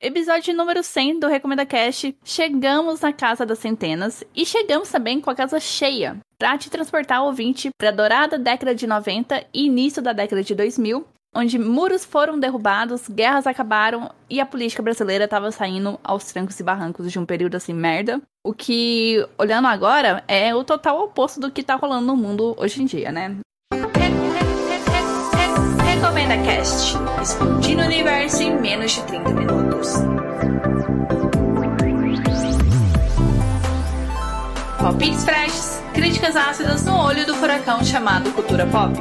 Episódio número 100 do Recomenda Cast. Chegamos na Casa das Centenas e chegamos também com a casa cheia para te transportar o ouvinte para a dourada década de 90 e início da década de 2000, onde muros foram derrubados, guerras acabaram e a política brasileira estava saindo aos trancos e barrancos de um período assim merda. O que, olhando agora, é o total oposto do que tá rolando no mundo hoje em dia, né? Recomenda Cast. Explodindo o universo em menos de 30 minutos. Palpites freshes, críticas ácidas no olho do furacão chamado cultura pop.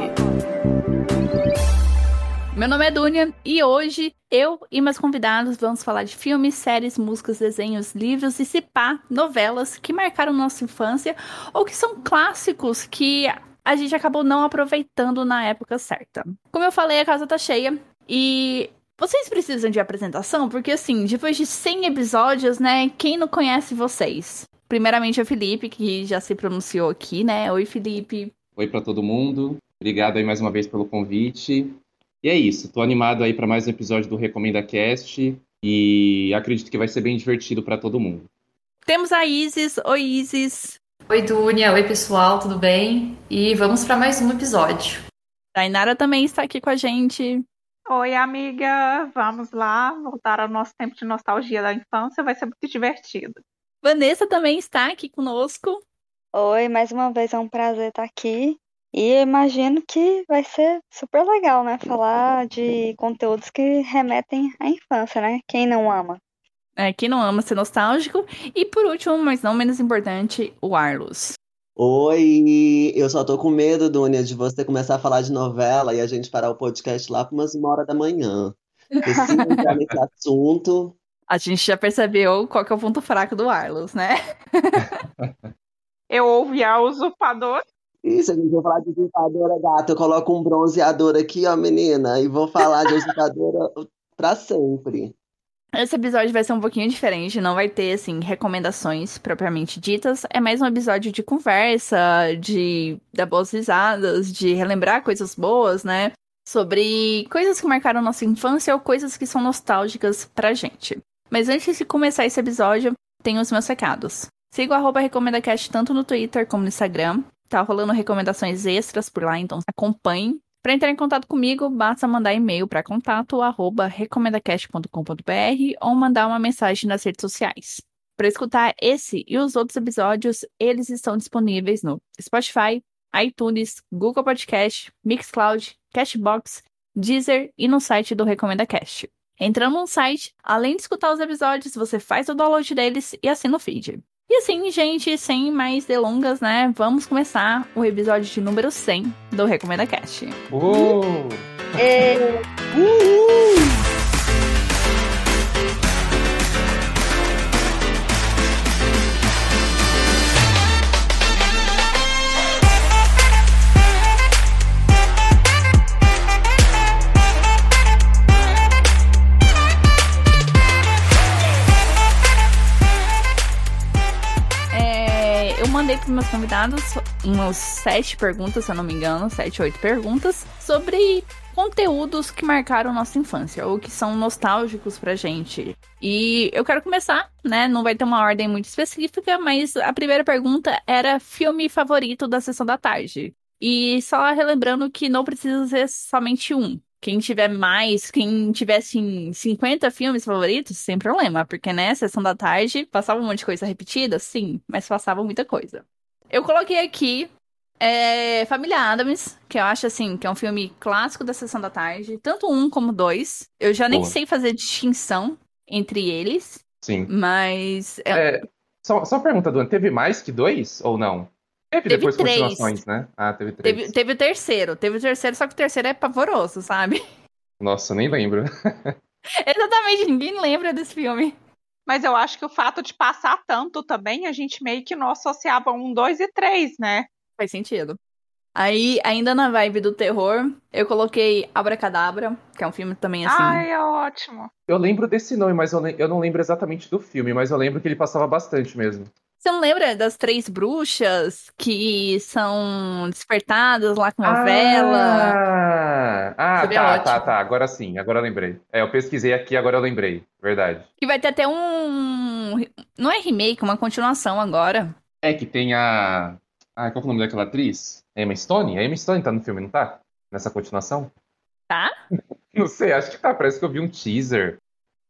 Meu nome é Dunia e hoje eu e meus convidados vamos falar de filmes, séries, músicas, desenhos, livros e, se pá, novelas que marcaram nossa infância ou que são clássicos que a gente acabou não aproveitando na época certa. Como eu falei, a casa tá cheia e vocês precisam de apresentação, porque assim, depois de 100 episódios, né, quem não conhece vocês? Primeiramente o Felipe, que já se pronunciou aqui, né? Oi, Felipe. Oi para todo mundo. Obrigado aí mais uma vez pelo convite. E é isso, tô animado aí para mais um episódio do Recomenda Cast e acredito que vai ser bem divertido para todo mundo. Temos a Isis. Oi, Isis. Oi, Dunia. Oi, pessoal, tudo bem? E vamos para mais um episódio. Tainara também está aqui com a gente. Oi, amiga. Vamos lá voltar ao nosso tempo de nostalgia da infância. Vai ser muito divertido. Vanessa também está aqui conosco. Oi, mais uma vez é um prazer estar aqui. E eu imagino que vai ser super legal, né? Falar de conteúdos que remetem à infância, né? Quem não ama? É, quem não ama ser nostálgico. E por último, mas não menos importante, o Arlos. Oi, eu só tô com medo, Dunia, de você começar a falar de novela e a gente parar o podcast lá por umas uma hora da manhã. Preciso entrar nesse assunto. A gente já percebeu qual que é o ponto fraco do Arlos, né? eu ouvi a usurpadora. Isso, a gente vai falar de usurpadora, gata. Eu coloco um bronzeador aqui, ó, menina, e vou falar de usurpadora pra sempre. Esse episódio vai ser um pouquinho diferente, não vai ter, assim, recomendações propriamente ditas. É mais um episódio de conversa, de dar boas risadas, de relembrar coisas boas, né? Sobre coisas que marcaram nossa infância ou coisas que são nostálgicas pra gente. Mas antes de começar esse episódio, tenho os meus recados. Siga o arroba RecomendaCast tanto no Twitter como no Instagram. Tá rolando recomendações extras por lá, então acompanhe. Para entrar em contato comigo, basta mandar e-mail para contato arroba recomendacast.com.br ou mandar uma mensagem nas redes sociais. Para escutar esse e os outros episódios, eles estão disponíveis no Spotify, iTunes, Google Podcast, Mixcloud, Cashbox, Deezer e no site do Recomenda Cast. Entrando no site, além de escutar os episódios, você faz o download deles e assina o feed. E assim, gente, sem mais delongas, né? Vamos começar o episódio de número 100 do Recomenda Cast. Uou! É... Uhul! É, eu mandei para meus convidados umas sete perguntas, se eu não me engano, sete, oito perguntas, sobre conteúdos que marcaram nossa infância ou que são nostálgicos pra gente. E eu quero começar, né? Não vai ter uma ordem muito específica, mas a primeira pergunta era filme favorito da sessão da tarde. E só relembrando que não precisa ser somente um. Quem tiver mais, quem tivesse em 50 filmes favoritos, sem problema, porque, né, sessão da tarde, passava um monte de coisa repetida, sim, mas passava muita coisa. Eu coloquei aqui é, Família Adams, que eu acho assim, que é um filme clássico da Sessão da Tarde, tanto um como dois. Eu já nem Boa. sei fazer distinção entre eles, Sim. mas é, É, só, só uma pergunta, Duane, teve mais que dois ou não? Teve, Teve depois três. continuações, né? Ah, teve três. teve, teve o terceiro, teve o terceiro, só que o terceiro é pavoroso, sabe? Nossa, nem lembro. Exatamente, ninguém lembra desse filme. Mas eu acho que o fato de passar tanto também, a gente meio que não associava um, dois e três, né? Faz sentido. Aí, ainda na vibe do terror, eu coloquei Abracadabra, que é um filme também assim. Ai, é ótimo. Eu lembro desse nome, mas eu, le- eu não lembro exatamente do filme, mas eu lembro que ele passava bastante mesmo. Você não lembra das três bruxas que são despertadas lá com a ah, vela? Ah, Seria tá, ótimo. tá, tá. Agora sim, agora eu lembrei. É, eu pesquisei aqui, agora eu lembrei. Verdade. Que vai ter até um. Não é remake, uma continuação agora. É que tem a. Ah, qual que é o nome daquela atriz? Emma Stone? A Emma Stone tá no filme, não tá? Nessa continuação? Tá? Não sei, acho que tá. Parece que eu vi um teaser.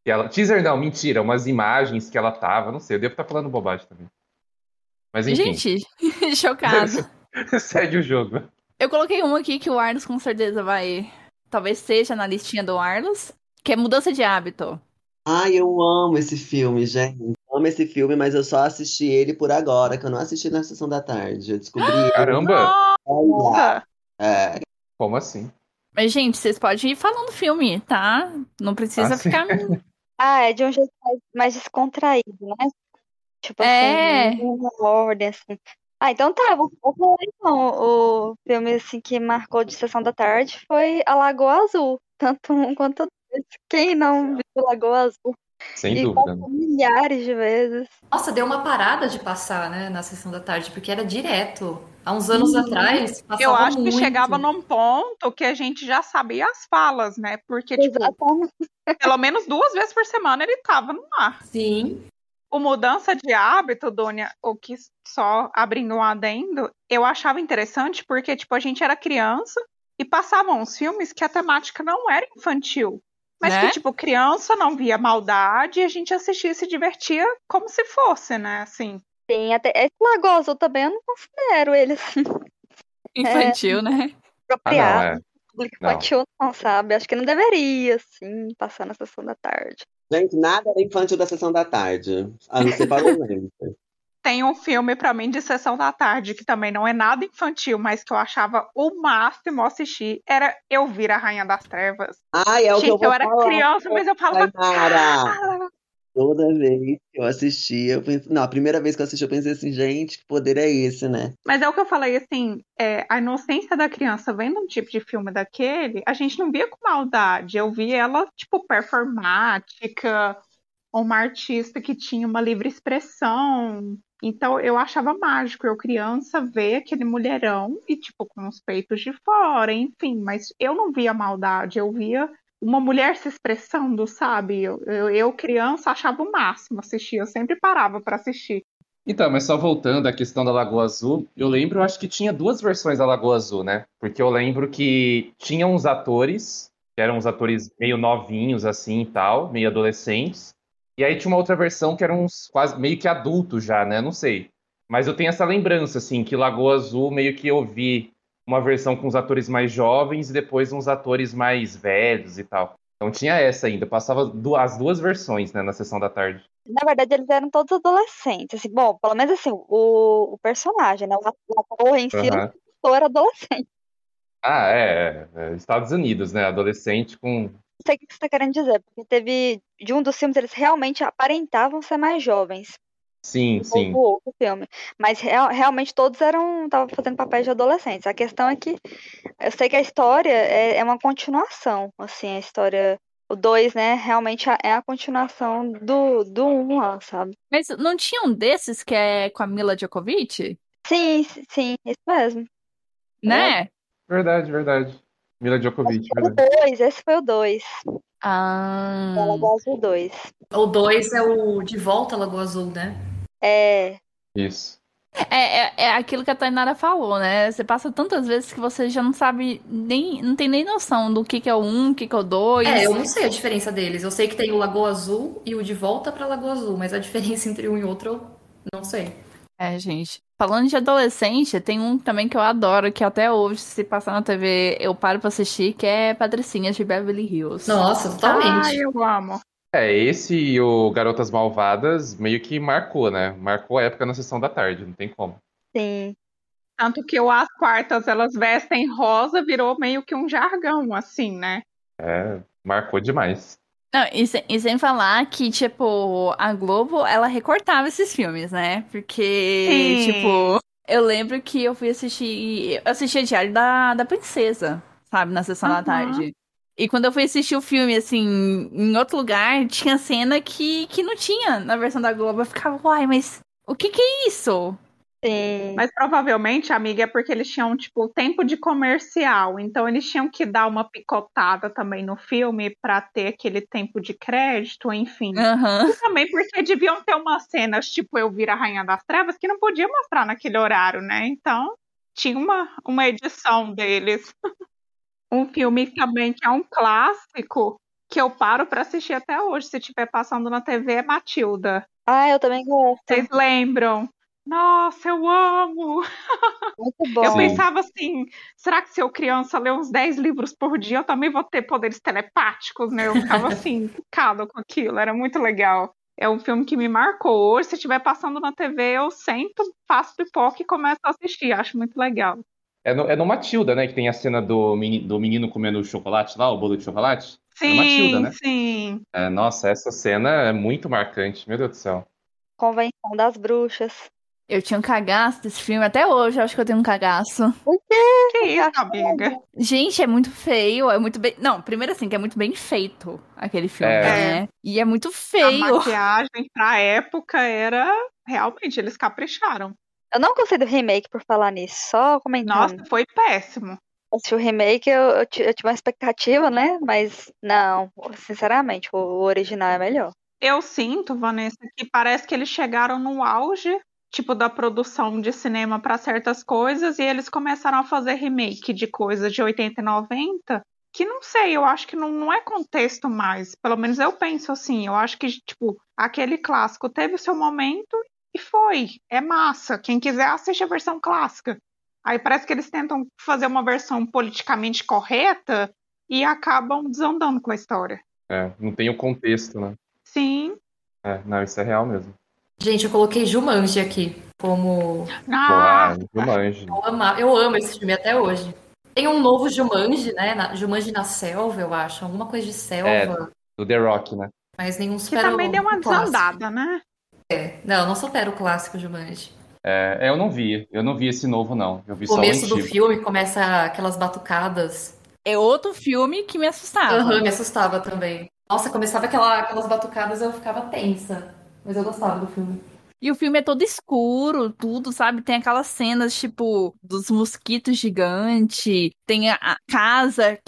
Que ela... Teaser não, mentira, umas imagens que ela tava. Não sei, eu devo estar falando bobagem também. Mas enfim, Gente, chocado. segue o jogo. Eu coloquei um aqui que o Arlos com certeza vai. Talvez seja na listinha do Arlos, que é mudança de hábito. Ai, eu amo esse filme, gente. Amo esse filme, mas eu só assisti ele por agora, que eu não assisti na sessão da tarde. Eu descobri ele Caramba, lá. Nossa! É, como assim? Mas, gente, vocês podem ir falando filme, tá? Não precisa Ah, sim. ficar. Ah, é de um jeito mais- mais descontraído, né? Tipo assim, É. uma ordem, assim. Ah, então tá, vou vou falar então. O filme assim, que marcou de sessão da tarde foi A Lagoa Azul. Tanto um quanto dois. Quem não viu Lagoa Azul? Sem E dúvida. passou milhares de vezes. Nossa, deu uma parada de passar, né, na sessão da tarde, porque era direto. Há uns anos atrás, passava Eu acho que muito. chegava num ponto que a gente já sabia as falas, né? Porque, tipo, Exatamente. pelo menos duas vezes por semana ele tava no ar. Sim. O Mudança de Hábito, Dônia, o que só abrindo um adendo, eu achava interessante porque, tipo, a gente era criança e passavam uns filmes que a temática não era infantil. Mas Né? que, tipo, criança não via maldade e a gente assistia e se divertia como se fosse, né? Assim. Sim, até. é Esse Lagoa Azul também eu não considero ele assim, Infantil, né? Ah, não, apropriado. Ah, é. Público Não. infantil não, sabe? Acho que não deveria, assim, passar na sessão da tarde. Gente, nada era infantil da sessão da tarde. A não ser para o momento. Tem um filme pra mim de sessão da tarde que também não é nada infantil, mas que eu achava o máximo assistir era Eu Vir a Rainha das Trevas. Ai, é o que gente, eu vou era falar. né? criança, mas eu falava, Tainara. Toda vez que eu assisti, eu pensei... Não, a primeira vez que eu assisti, eu pensei assim, gente, que poder é esse, né? Mas é o que eu falei, assim, é, a inocência da criança vendo um tipo de filme daquele, a gente não via com maldade. Eu via ela, tipo, performática, uma artista que tinha uma livre expressão. Então eu achava mágico, eu criança ver aquele mulherão e, tipo, com os peitos de fora, enfim. Mas eu não via maldade, eu via uma mulher se expressando, sabe? Eu, eu, eu, criança, achava o máximo assistir, eu sempre parava pra assistir. Então, mas só voltando à questão da Lagoa Azul, eu lembro, eu acho que tinha duas versões da Lagoa Azul, né? Porque eu lembro que tinha uns atores, que eram uns atores meio novinhos assim e tal, meio adolescentes. E aí tinha uma outra versão que eram uns quase meio que adultos já, né? Não sei. Mas eu tenho essa lembrança, assim, que Lagoa Azul meio que eu vi uma versão com os atores mais jovens e depois uns atores mais velhos e tal. Então tinha essa ainda, passava du- as duas versões, né, na sessão da tarde. Na verdade, eles eram todos adolescentes. Assim, bom, pelo menos assim, o, o personagem, né? O ator em si, Aham. o ator era adolescente. Ah, é, é, é, Estados Unidos, né? Adolescente com. Não sei o que você está querendo dizer, porque teve. De um dos filmes, eles realmente aparentavam ser mais jovens Sim, do sim. do um outro filme. Mas real- realmente todos eram. Estavam fazendo papéis de adolescentes. A questão é que. Eu sei que a história é, é uma continuação, assim, a história. O 2, né? Realmente é a continuação do 1 do um lá, sabe? Mas não tinha um desses que é com a Mila Djokovic? Sim, sim, isso mesmo. Né? É. Verdade, verdade. Mila Djokovic, O verdade. 2, esse foi o 2. Ah. Ela gosta do 2. O dois é o De Volta à Lagoa Azul, né? É, Isso. É, é, é aquilo que a Tainara falou, né? Você passa tantas vezes que você já não sabe nem, não tem nem noção do que que é o um, o que que é o dois. É, eu não sei a diferença deles. Eu sei que tem o Lagoa Azul e o De Volta pra Lagoa Azul, mas a diferença entre um e outro eu não sei. É, gente. Falando de adolescente, tem um também que eu adoro, que até hoje, se passar na TV, eu paro pra assistir, que é Patricinhas de Beverly Hills. Nossa, totalmente. Ai, eu amo. É, esse e o Garotas Malvadas meio que marcou, né? Marcou a época na sessão da tarde, não tem como. sim. Tanto que o as quartas elas vestem rosa virou meio que um jargão, assim, né? É, marcou demais. Não, e, se- e sem falar que, tipo, a Globo, ela recortava esses filmes, né? Porque, Sim. tipo, eu lembro que eu fui assistir. Eu assisti a Diário da, da Princesa, sabe? Na sessão da Aham. tarde. E quando eu fui assistir o filme, assim, em outro lugar, tinha cena que, que não tinha na versão da Globo. Eu ficava, uai, mas O que que é isso? Sim. Mas provavelmente, amiga, é porque eles tinham, tipo, tempo de comercial. Então eles tinham que dar uma picotada também no filme pra ter aquele tempo de crédito, enfim. né? Aham. E também porque deviam ter umas cenas, tipo, eu vir a Rainha das Trevas, que não podia mostrar naquele horário, né? Então, tinha uma, uma edição deles. um filme também que é um clássico, que eu paro pra assistir até hoje, se estiver passando na TV, é Matilda. Ah, eu também gosto. Vocês lembram? Nossa, eu amo! Muito Eu bom. Sim. pensava assim, será que se eu criança ler uns 10 livros por dia, eu também vou ter poderes telepáticos, né? Eu ficava assim, picada com aquilo, era muito legal. É um filme que me marcou. Hoje, se estiver passando na TV, eu sento, faço pipoca e começo a assistir. Acho muito legal. É no, é no Matilda, né? Que tem a cena do, meni- do menino comendo chocolate lá, o bolo de chocolate. É Sim, Matilda, né? sim. É, nossa, essa cena é muito marcante, meu Deus do céu. Convenção das bruxas. Eu tinha um cagaço desse filme até hoje, eu acho que eu tenho um cagaço. Que isso, acho amiga? Gente, é muito feio, é muito bem. Não, primeiro assim, que é muito bem feito aquele filme, É. né? E é muito A feio. maquiagem pra época era. Realmente, eles capricharam. Eu não gostei do remake por falar nisso, só comentando. Nossa, foi péssimo. Assisti o remake, eu, eu, ti- eu tive uma expectativa, né? Mas não, sinceramente, o, o original é melhor. Eu sinto, Vanessa, que parece que eles chegaram no auge, tipo, da produção de cinema para certas coisas, e eles começaram a fazer remake de coisas de 80 e 90, que não sei, eu acho que não, não é contexto mais. Pelo menos eu penso assim, eu acho que, tipo, aquele clássico teve o seu momento e foi. É massa. Quem quiser, assiste a versão clássica. Aí parece que eles tentam fazer uma versão politicamente correta e acabam desandando com a história. É, não tem o contexto, né? Sim. É, não, isso é real mesmo. Gente, eu coloquei Jumanji aqui como Ah, Ah, eu manjo. eu amava. Eu amo esse filme até hoje. Tem um novo Jumanji, né? Na- Jumanji na selva, eu acho, alguma coisa de selva, É. Do The Rock, né? mas nenhum Que super também deu uma clássico. desandada, né? Não, não supera o clássico Jumanji. É, eu não vi, eu não vi esse novo, não. Eu vi O só o começo do antigo. filme começa aquelas batucadas. É outro filme que me Ah, assustava. Aham, me assustava também. Nossa, começava aquela- aquelas batucadas, eu ficava tensa. Mas eu gostava do filme. E o filme é todo escuro, tudo, sabe? Tem aquelas cenas, tipo, dos mosquitos gigantes, tem a, a casa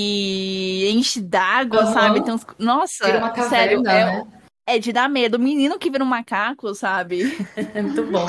que enche d'água, Aham. sabe? Tem uns... Nossa, Vira uma sério, caverna, é, né? é de dar medo. O menino que vira um macaco, sabe? É muito bom.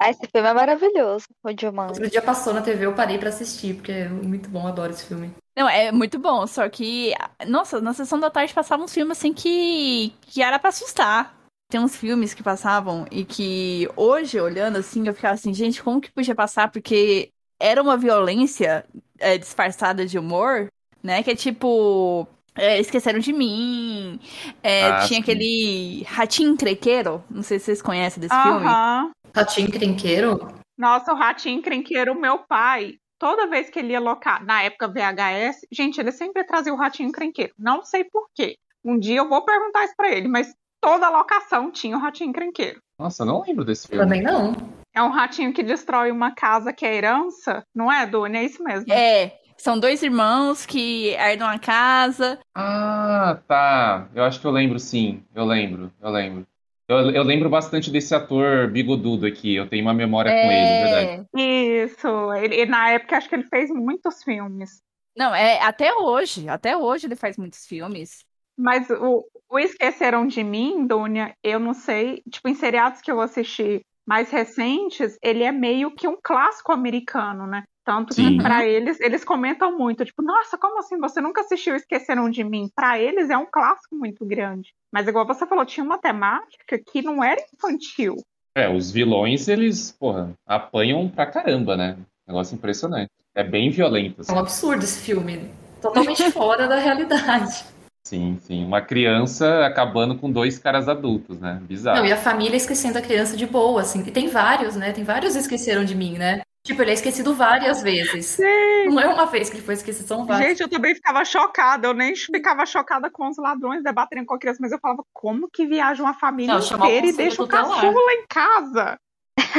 Ah, esse filme é maravilhoso, o Jumanji. Outro dia passou na TV, eu parei pra assistir, porque é muito bom, eu adoro esse filme. Não, é muito bom, só que, nossa, na sessão da tarde passavam uns filmes assim que, que era pra assustar. Tem uns filmes que passavam e que hoje, olhando assim, eu ficava assim, gente, como que podia passar? Porque era uma violência é, disfarçada de humor, né? Que é tipo, é, esqueceram de mim. é, Ah, tinha sim. aquele Ratinho Trequeiro, não sei se vocês conhecem desse filme. Aham. Ratinho Crinqueiro? Nossa, o Ratinho Encrenqueiro, o meu pai, toda vez que ele ia locar, na época VHS, gente, ele sempre trazia o Ratinho Encrenqueiro. Não sei por quê. Um dia eu vou perguntar isso pra ele, mas toda locação tinha o Ratinho Encrenqueiro. Nossa, eu não lembro desse filme. Também não. É um ratinho que destrói uma casa que é herança, não é, Dona? É isso mesmo. É, são dois irmãos que herdam a casa. Ah, tá. Eu acho que eu lembro, sim. Eu lembro, eu lembro. Eu, eu lembro bastante desse ator bigodudo aqui. Eu tenho uma memória com ele, verdade. É. Isso. Ele, e na época, acho que ele fez muitos filmes. Não, é até hoje, até hoje ele faz muitos filmes. Mas o, o Esqueceram de Mim, Dunia, eu não sei, tipo, em seriados que eu assisti mais recentes, ele é meio que um clássico americano, né? Tanto Sim. que pra eles, eles comentam muito, tipo, nossa, como assim você nunca assistiu Esqueceram de Mim? Pra eles é um clássico muito grande. Mas igual você falou, tinha uma temática que não era infantil. É, os vilões, eles, porra, apanham pra caramba, né? Negócio impressionante. É bem violento, É assim. um absurdo esse filme. Totalmente fora da realidade. Sim, sim. Uma criança acabando com dois caras adultos, né? Bizarro. Não, e a família esquecendo a criança de boa, assim. E tem vários, né? Tem vários esqueceram de mim, né? Tipo, ele é esquecido várias vezes. Não é uma vez que ele foi esquecido, são várias. Gente, eu também ficava chocada, eu nem Uhum. ficava chocada com os ladrões debatendo com a criança, mas eu falava, como que viaja uma família Não, chamar o inteira e conselho deixa o tutelar. caçula em casa?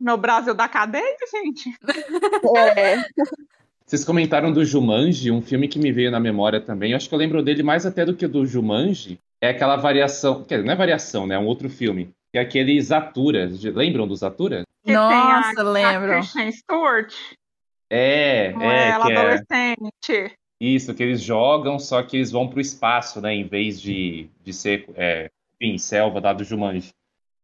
No Brasil da cadeia, gente? É, Vocês comentaram do Jumanji, um filme que me veio na memória também. Eu acho que eu lembro dele mais até do que do Jumanji. É aquela variação, quer dizer, não é variação, né? É um outro filme. que é aquele Zatura. Lembram do Zatura? Que tem Nossa, a- lembro. A Christian Stewart, É, não é, é, ela que é adolescente. isso, que eles jogam, só que eles vão pro espaço, né? Em vez de, de ser, é, enfim, selva lá do Jumanji.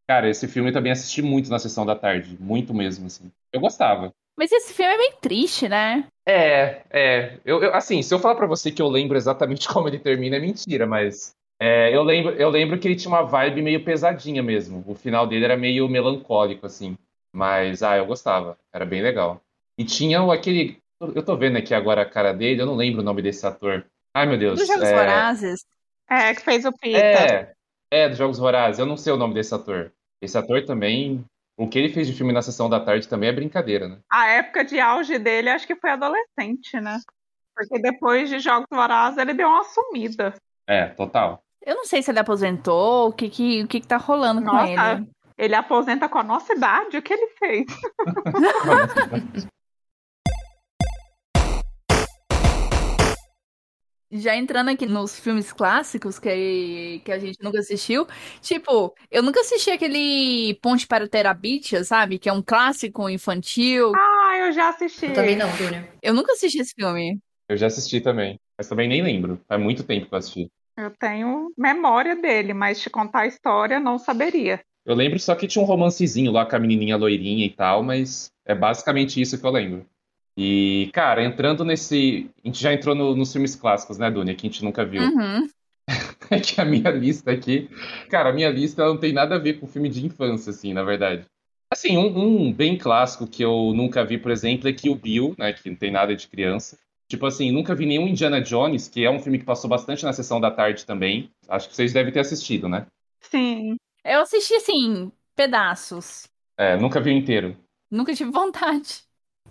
Cara, esse filme eu também assisti muito na sessão da tarde, muito mesmo, assim. Eu gostava. Mas esse filme é bem triste, né? É, é. Eu, eu- assim, se eu falar pra você que eu lembro exatamente como ele termina, é mentira, mas é, eu lembro, eu lembro que ele tinha uma vibe meio pesadinha mesmo. O final dele era meio melancólico, assim. Mas, ah, eu gostava. Era bem legal. E tinha o- aquele. Eu tô vendo aqui agora a cara dele, eu não lembro o nome desse ator. Ai, meu Deus. Dos Jogos é, Vorazes. tá? É, que fez o Pita. é, é, dos Jogos Vorazes. Eu não sei o nome desse ator. Esse ator também. O que ele fez de filme na sessão da tarde também é brincadeira, né? A época de auge dele, acho que foi adolescente, né? Porque depois de Jogos Vorazes, ele deu uma sumida. É, total. Eu não sei se ele aposentou, o que que, o que, que tá rolando com Nossa. ele. Ele aposenta com a nossa idade, o que ele fez? Já entrando aqui nos filmes clássicos que, que a gente nunca assistiu, tipo, eu nunca assisti aquele Ponte para o Terabithia, sabe? Que é um clássico infantil. Ah, eu já assisti. Eu também não, Júnior. Eu nunca assisti esse filme. Eu já assisti também, mas também nem lembro. Faz muito tempo que eu assisti. Eu tenho memória dele, mas te contar a história não saberia. Eu lembro só que tinha um romancezinho lá com a menininha loirinha e tal, mas é basicamente isso que eu lembro. E, cara, entrando nesse. A gente já entrou no- nos filmes clássicos, né, Dunia? Que a gente nunca viu. Uhum. É que a minha lista aqui. Cara, a minha lista ela não tem nada a ver com filme de infância, assim, na verdade. Assim, um, um bem clássico que eu nunca vi, por exemplo, é Kill Bill, né? Que não tem nada de criança. Tipo assim, nunca vi nenhum Indiana Jones, que é um filme que passou bastante na sessão da tarde também. Acho que vocês devem ter assistido, né? Sim. Eu assisti, assim, pedaços. É, nunca vi o inteiro. Nunca tive vontade.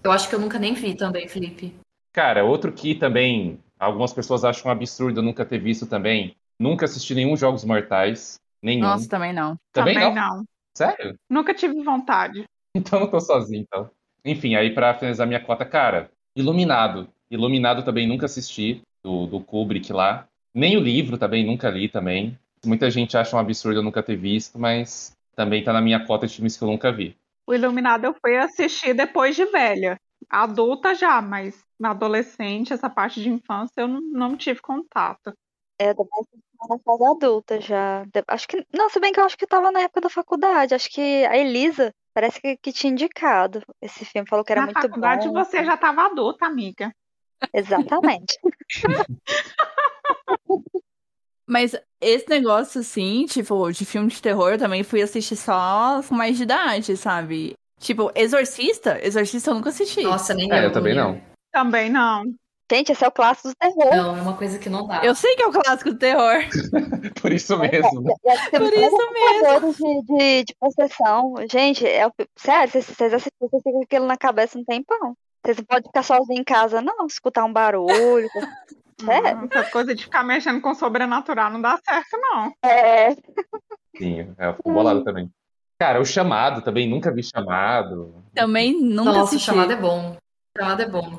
Eu acho que eu nunca nem vi também, Felipe. Cara, outro que também algumas pessoas acham um absurdo eu nunca ter visto também. Nunca assisti nenhum Jogos Mortais. Nenhum. Nossa, também não. Também não? não. Sério? Nunca tive vontade. Então não tô sozinho, então. Enfim, aí pra finalizar minha cota, cara, Iluminado. Iluminado também nunca assisti, do, do Kubrick lá. Nem o livro também, nunca li também. Muita gente acha um absurdo eu nunca ter visto, mas também tá na minha cota de filmes que eu nunca vi. O Iluminado eu fui assistir depois de velha. Adulta já, mas na adolescente, essa parte de infância, eu não, não tive contato. É, também assisti na fase adulta já. De- Acho que. Não, se bem que eu acho que tava na época da faculdade. Acho que a Elisa parece que, que tinha indicado esse filme. Falou que era na muito faculdade bom. né? você já estava adulta, amiga. Exatamente. Mas esse negócio, assim, tipo, de filme de terror, eu também fui assistir só com mais de idade, sabe? Tipo, Exorcista? Exorcista eu nunca assisti. Nossa, nem É, eu também Júnior. não. Também não. Gente, esse é o clássico do terror. Não, é uma coisa que não dá. Eu sei que é o clássico do terror. Por isso mesmo, né? E É é acho que Por tem isso vários computadores De, de, de possessão. Gente, é, o- sério, vocês, vocês assistem, vocês ficam com aquilo na cabeça um tempão. Vocês não podem ficar sozinhos em casa, não, escutar um barulho. Sério? Hum, Essa coisa de ficar mexendo com o sobrenatural não dá certo, não. É, Sim, é, eu fico bolado também. Cara, o Chamado também, nunca vi Chamado. Também nunca Nossa, assisti. chamada é bom. Chamada é bom.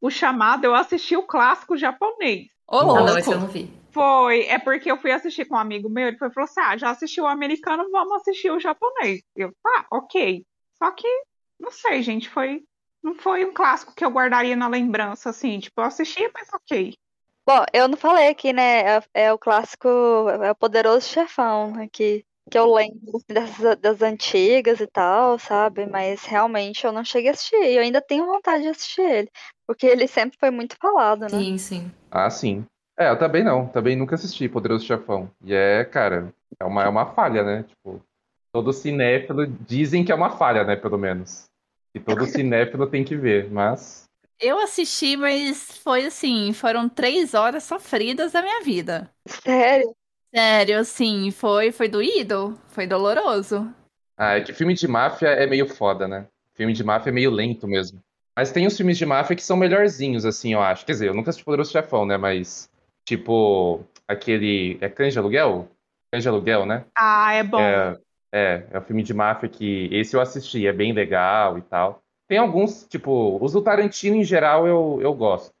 O chamado, eu assisti o clássico japonês. Ô, Ah, não, esse eu louco. não vi. Foi, é porque eu fui assistir com um amigo meu, ele foi, falou assim: ah, já assistiu o americano, vamos assistir o japonês. Eu, tá, ok. Só que, não sei, gente, foi. Não foi um clássico que eu guardaria na lembrança, assim, tipo, eu assisti, mas ok. Bom, eu não falei aqui, né? É, é o clássico, é o poderoso chefão aqui, que eu lembro assim, das, das antigas e tal, sabe? Mas realmente eu não cheguei a assistir. E eu ainda tenho vontade de assistir ele, porque ele sempre foi muito falado, né? Sim, sim. Ah, sim. É, eu também não. Também nunca assisti Poderoso Chefão. E é, cara, é uma, é uma falha, né? Tipo, todo cinéfilo dizem que é uma falha, né? Pelo menos. Que todo cinéfilo tem que ver, mas. Eu assisti, mas foi assim, foram três horas sofridas da minha vida. Sério. Sério, assim, foi, foi doído, foi doloroso. Ah, é que filme de máfia é meio foda, né? Filme de máfia é meio lento mesmo. Mas tem os filmes de máfia que são melhorzinhos, assim, eu acho. Quer dizer, eu nunca assisti Poderoso Chefão, né? Mas, tipo, aquele. É Cães de Aluguel? Cães de Aluguel, né? Ah, é bom. É, é, é um filme de máfia que esse eu assisti, é bem legal e tal. Tem alguns, tipo, os do Tarantino em geral eu, eu gosto.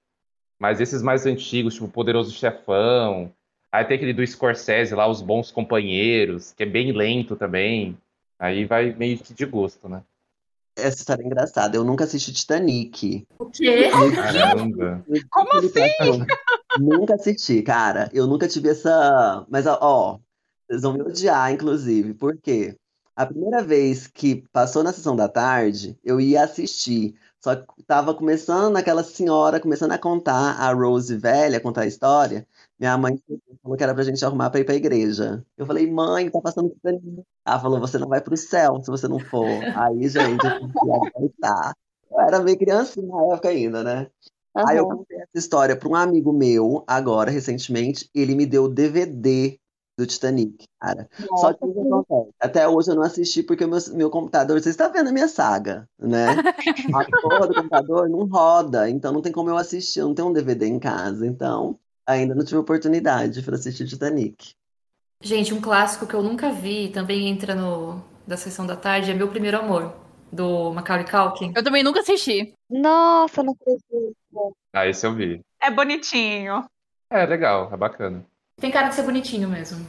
Mas esses mais antigos, tipo Poderoso Chefão, Aí tem aquele do Scorsese lá, Os Bons Companheiros, que é bem lento também. Aí vai meio que de gosto, né? Essa história é engraçada. Eu nunca assisti Titanic. O quê? Caramba. Como assim? tá Nunca assisti, cara. Eu nunca tive essa. Mas, ó, ó, vocês vão me odiar, inclusive, porque a primeira vez que passou na sessão da tarde, eu ia assistir. Só que tava começando aquela senhora, começando a contar a Rose velha, contar a história. Minha mãe falou que era pra gente arrumar pra ir pra igreja. Eu falei, mãe, tá passando Titanic. Ela falou, você não vai pro céu se você não for. Aí, gente, eu fui lá, Eu era meio criancinha na época ainda, né? Aí eu Aham. contei essa história para um amigo meu, agora, recentemente, ele me deu o DVD do Titanic, cara. Só que o que acontece? Até hoje eu não assisti porque o meu, meu computador, vocês estão vendo a minha saga, né? A porra do computador não roda, então não tem como eu assistir, eu não tenho um DVD em casa, então ainda não tive oportunidade para assistir Titanic. Gente, um clássico que eu nunca vi, também entra no da sessão da tarde, é Meu Primeiro Amor, do Macaulay Culkin. Eu também nunca assisti. Nossa, não acredito. Ah, esse eu vi. É bonitinho. É legal, é bacana. Tem cara de ser bonitinho mesmo.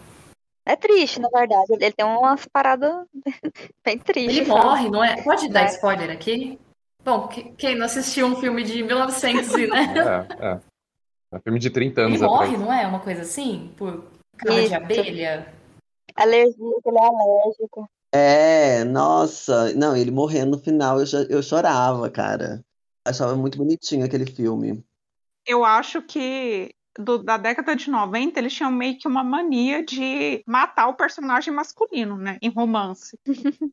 É triste, na verdade. Ele tem umas paradas bem tristes. Ele sabe? morre, não é? Pode dar Então, É. spoiler aqui? Bom, que- quem não assistiu um filme de 1900, e, né? É, é. É um filme de 30 anos Ele morre, atrás. não é? Uma coisa assim? Por cama de Isso. abelha? Alergia, ele é alérgico. É, nossa, não, ele morrendo no final, eu, cho- eu chorava, cara. Achava muito bonitinho aquele filme. Eu acho que do- da década de 90 eles tinham meio que uma mania de matar o personagem masculino, né? Em romance.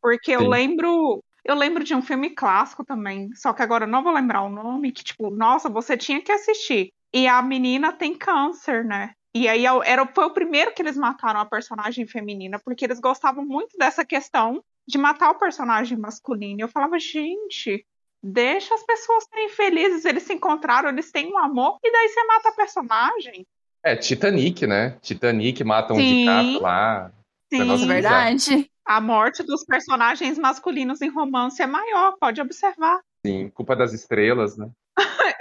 Porque eu Sim. lembro. Eu lembro de um filme clássico também, só que agora eu não vou lembrar o nome, que tipo, nossa, você tinha que assistir. E a menina tem câncer, né? E aí eu- era, foi o primeiro que eles mataram a personagem feminina, porque eles gostavam muito dessa questão de matar o personagem masculino. E Eu falava, gente, Deixa as pessoas serem felizes, eles se encontraram, eles têm um amor, e daí você mata a personagem. É, Titanic, né? Titanic matam Sim. de DiCaprio lá. Nossa, Nossa, é Sim. Sim, verdade. a morte dos personagens masculinos em romance é maior, pode observar. Sim, Culpa das Estrelas, né?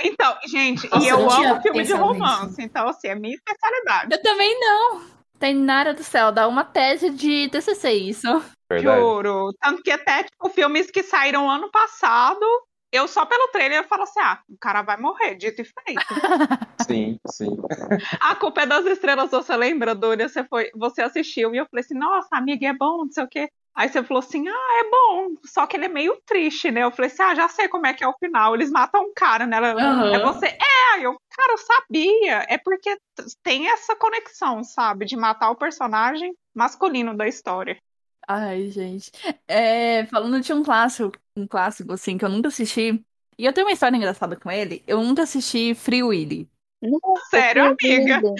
Então, gente, Nossa, e eu eu não tinha amo filme de pensado romance, então, assim, é minha especialidade. Eu também não. Tainara do céu, dá uma tese de TCC isso. Verdade. Juro. Tanto que até, tipo, filmes que saíram ano passado, eu só pelo trailer eu falo assim: ah, o cara vai morrer, dito e feito. Sim, sim. a culpa é das estrelas, você lembra, Dúnia? Você, foi, você assistiu e eu falei assim: nossa, amiga, é bom, não sei o quê. Aí você falou assim: ah, é bom, só que ele é meio triste, né? Eu falei assim: ah, já sei como é que é o final. Eles matam um cara, né? Ela- Aham. É você, é, eu, cara, eu sabia. É porque t- tem essa conexão, sabe? De matar o personagem masculino da história. Ai, gente. É, falando de um clássico, um clássico, assim, que eu nunca assisti. E eu tenho uma história engraçada com ele. Eu nunca assisti Free Willy. É Nossa, Sério, que amiga? lindo.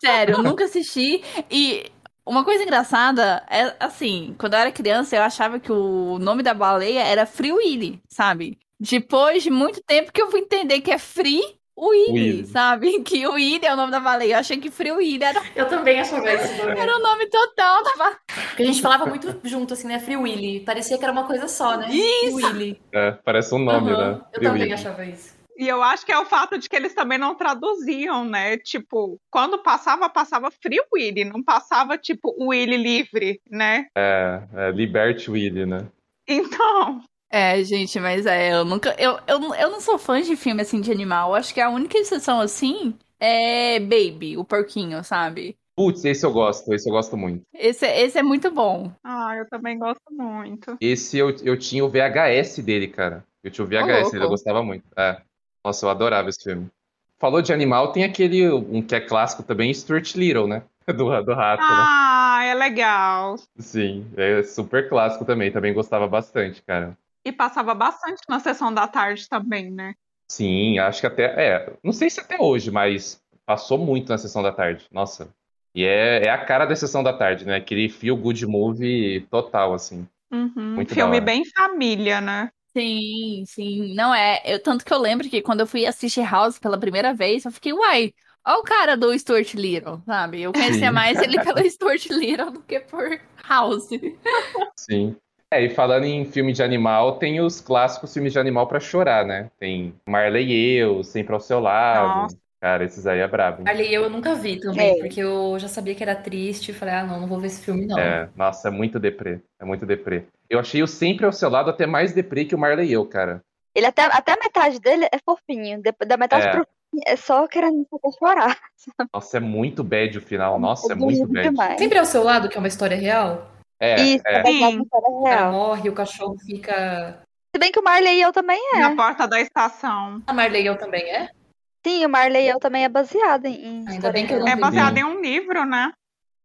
Sério, eu nunca assisti. E uma coisa engraçada é assim, quando eu era criança, eu achava que o nome da baleia era Free Willy, sabe? Depois de muito tempo que eu fui entender que é Free Willy, Willy. sabe? Que o Willy é o nome da baleia. Eu achei que Free Willy era, Eu também achava isso É. do era o nome total da baleia. Porque a gente falava muito junto, assim, né? Free Willy. Parecia que era uma coisa só, né? Free Willy. É, parece um nome, Aham. né? Eu também Free achava isso. E eu acho que é o fato de que eles também não traduziam, né? Tipo, quando passava, passava Free Willy, não passava, tipo, Willy livre, né? É, é, Liberty Willy, né? Então. É, gente, mas é, eu nunca. Eu, eu, não- eu não sou fã de filme assim de animal. Eu Acho que a única exceção assim é Baby, o porquinho, sabe? Putz, esse eu gosto, esse eu gosto muito. Esse, é- esse é muito bom. Ah, eu também gosto muito. Esse eu, eu tinha o VHS dele, cara. Eu tinha o VHS dele, louco. eu gostava muito. É. Nossa, eu adorava esse filme. Falou de animal, tem aquele, um que é clássico também, Stuart Little, né? Do, do rato, né? Ah, é legal. Sim, é super clássico também, também gostava bastante, cara. E passava bastante na sessão da tarde também, né? Sim, acho que até, é, não sei se até hoje, mas passou muito na sessão da tarde, nossa. E é, é a cara da sessão da tarde, né? Aquele feel good movie total, assim. Uhum. Muito da Filme hora. bem família, né? Sim, sim. Não é. Eu, tanto que eu lembro que quando eu fui assistir House pela primeira vez, eu fiquei, uai, olha o cara do Stuart Little, sabe? Eu conhecia Sim. mais ele pelo Stuart Little do que por House. Sim. É, e falando em filme de animal, tem os clássicos filmes de animal pra chorar, né? Tem Marley e Eu, Sempre ao Seu Lado. Nossa. Cara, esses aí é brabo. hein? Marley eu, eu nunca vi também, É. porque eu já sabia que era triste. Falei, ah, não, não vou ver esse filme, não. É, nossa, é muito deprê. É muito deprê. Eu achei o Sempre ao Seu Lado até mais deprê que o Marley e eu, cara. Ele até, até a metade dele é fofinho. Depois, da metade É. pro fim é só querendo fazer chorar. Nossa, é muito bad o final. Nossa, é bonito muito bad. demais. Sempre ao seu lado, que é uma história real. É, Isso, é é. baseado Sim. na história Ela real. morre, o cachorro fica. Se bem que o Marley e eu também é. Na porta da estação. A Marley eu também é? Sim, o Marley e eu também é baseado em- em. Ainda história bem que eu real. não É vi. baseado em um livro, né?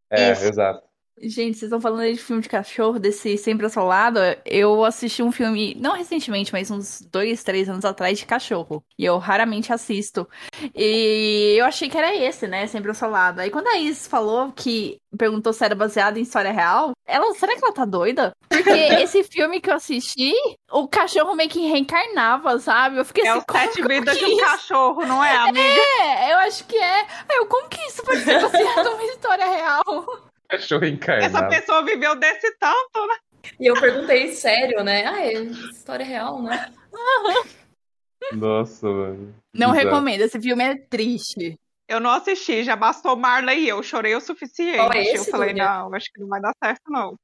É, Isso. exato. Gente, vocês estão falando aí de filme de cachorro, desse Sempre ao Seu Lado. Eu assisti um filme, não recentemente, mas uns dois, três anos atrás, de cachorro. E eu raramente assisto. E eu achei que era esse, né? Sempre ao Seu Lado. Aí quando a Isis falou que perguntou se era baseado em história real, ela, será que ela tá doida? Porque esse filme que eu assisti, o cachorro meio que reencarnava, sabe? Eu fiquei É assim, o como- Sete como Vidas que de um isso? Cachorro, não é, amiga? É, eu acho que é. Aí eu, como que isso pode ser baseado numa história real? Cachorro Essa encarnado. pessoa viveu desse tanto, né? E eu perguntei sério, né? Ah, é história real, né? Nossa, mano. Não Bizarro. recomendo, esse filme é triste. Eu não assisti, já bastou Marley e eu. Chorei o suficiente. Qual é esse, eu falei, Dunia? não, acho que não vai dar certo, não.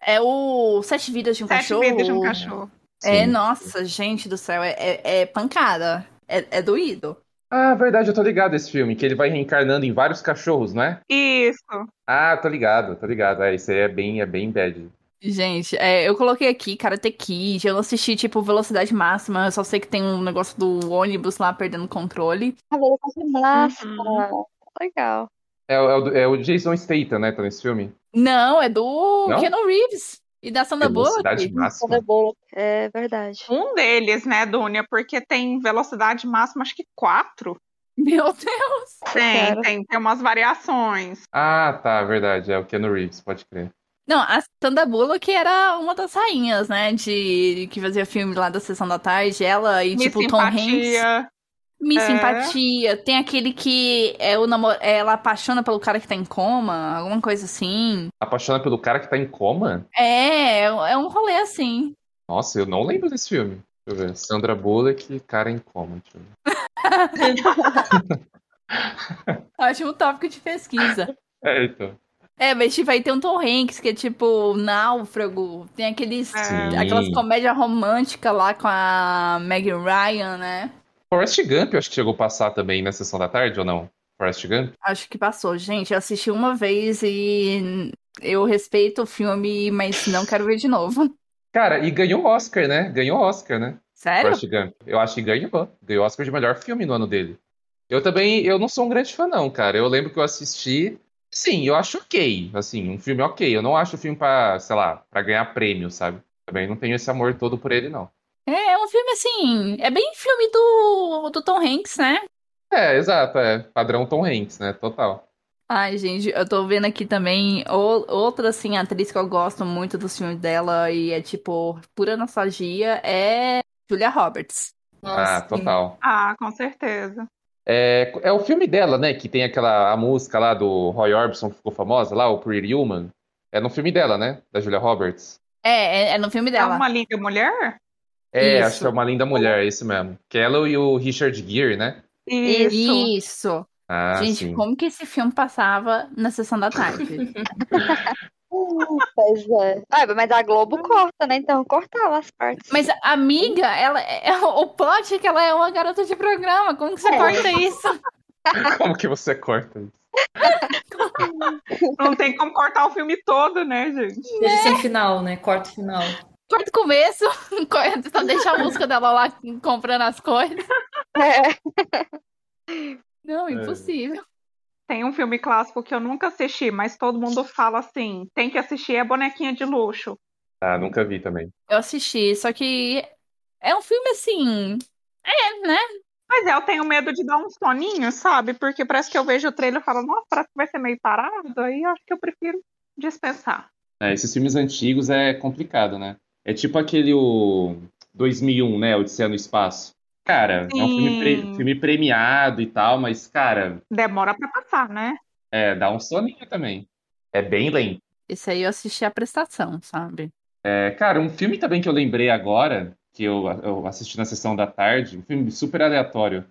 É o Sete Vidas de um Sete Cachorro. vidas de um cachorro. É, Sim. nossa, gente do céu, é, é- é pancada. É, é doído. Ah, verdade, eu tô ligado esse filme, que ele vai reencarnando em vários cachorros, não é? Isso. Ah, tô ligado, tô ligado. É, isso aí é bem, é bem bad. Gente, é, eu coloquei aqui Karate Kid, eu não assisti, tipo, Velocidade Máxima, eu só sei que tem um negócio do ônibus lá perdendo controle. Ah, velho, que Uhum. massa. Legal. É, o- é o, do- é o Jason Statham, né? Tá nesse filme? Não, é do Não? Keanu Reeves e da Sandra Velocidade Bullock. Quando é máxima. boa. É verdade. Um deles, né, Dunia? Porque tem velocidade máxima, acho que quatro. Meu Deus. Tem, Cara. tem, tem umas variações. Ah, tá, verdade. É o Keanu Reeves, pode crer. Não, a Sandra Bullock era uma das rainhas, né, de que fazia filme lá da Sessão da Tarde, ela e, Miss tipo, Tom Hanks. Simpatia. Miss É. Simpatia, tem aquele que é o namor... ela apaixona pelo cara que tá em coma, alguma coisa assim. Apaixonado pelo cara que tá em coma? É, é um rolê assim. Nossa, eu não lembro desse filme. Deixa eu ver. Sandra Bullock, cara em coma. Deixa eu ver. Ótimo tópico de pesquisa. É, então. É, mas tipo, aí tem um Tom Hanks que é tipo náufrago, tem aqueles, É. Sim. aquelas comédias românticas lá com a Meg Ryan, né? Forrest Gump, eu acho que chegou a passar também na sessão da tarde ou não? Forrest Gump? Acho que passou, gente. Eu assisti uma vez e eu respeito o filme, mas não quero ver de novo. Cara, e ganhou Oscar, né? Ganhou Oscar, né? Sério? Forrest Gump. Eu acho que ganhou. Ganhou Oscar de melhor filme no ano dele. Eu também, eu não sou um grande fã, não, cara. Eu lembro que eu assisti. Sim, eu acho ok. Assim, um filme ok. Eu não acho o filme pra, sei lá, pra ganhar prêmio, sabe? Também não tenho esse amor todo por ele, não. É, é um filme assim, é bem filme do, do Tom Hanks, né? É, exato, é. Padrão Tom Hanks, né? Total. Ai, gente, eu tô vendo aqui também o- outra, assim, atriz que eu gosto muito dos filmes dela e é, tipo, pura nostalgia, é Julia Roberts. Nossa, ah, total. Ah, com certeza. É, é o filme dela, né? Que tem aquela a música lá do Roy Orbison que ficou famosa lá, o Pretty Woman. É no filme dela, né? Da Julia Roberts. É, é, é no filme É dela. uma linda mulher? É, Isso. acho que é uma linda mulher, é esse mesmo. Que ela e o Richard Gere, né? Isso. Isso. Ah, Gente, sim. como que esse filme passava na sessão da tarde? Pois é. Ah, mas a Globo corta, né? Então cortava as partes. Mas a amiga, ela é, o plot é que ela é uma garota de programa. Como que você É. corta isso? Como que você corta isso? Não tem como cortar o filme todo, né, gente? Deixa sem final, né? Corta o final. Corta o começo, corta- só deixa a música dela lá comprando as coisas. É. Não, É. impossível. Tem um filme clássico que eu nunca assisti, mas todo mundo fala assim: tem que assistir, é Bonequinha de Luxo. Ah, nunca vi também. Eu assisti, só que é um filme assim. É, né? Mas é, eu tenho medo de dar um soninho, sabe? Porque parece que eu vejo o trailer e falo, nossa, parece que vai ser meio parado. Aí eu acho que eu prefiro dispensar. É, esses filmes antigos é complicado, né? É tipo aquele o 2001, né? Odisseia no Espaço. Cara, é um filme, pre- Sim. filme premiado e tal, mas, cara, Demora pra passar, né? é, dá um soninho também. É bem lento. Esse aí eu assisti a prestação, sabe? É, cara, um filme também que eu lembrei agora, que eu, eu assisti na sessão da tarde, um filme super aleatório.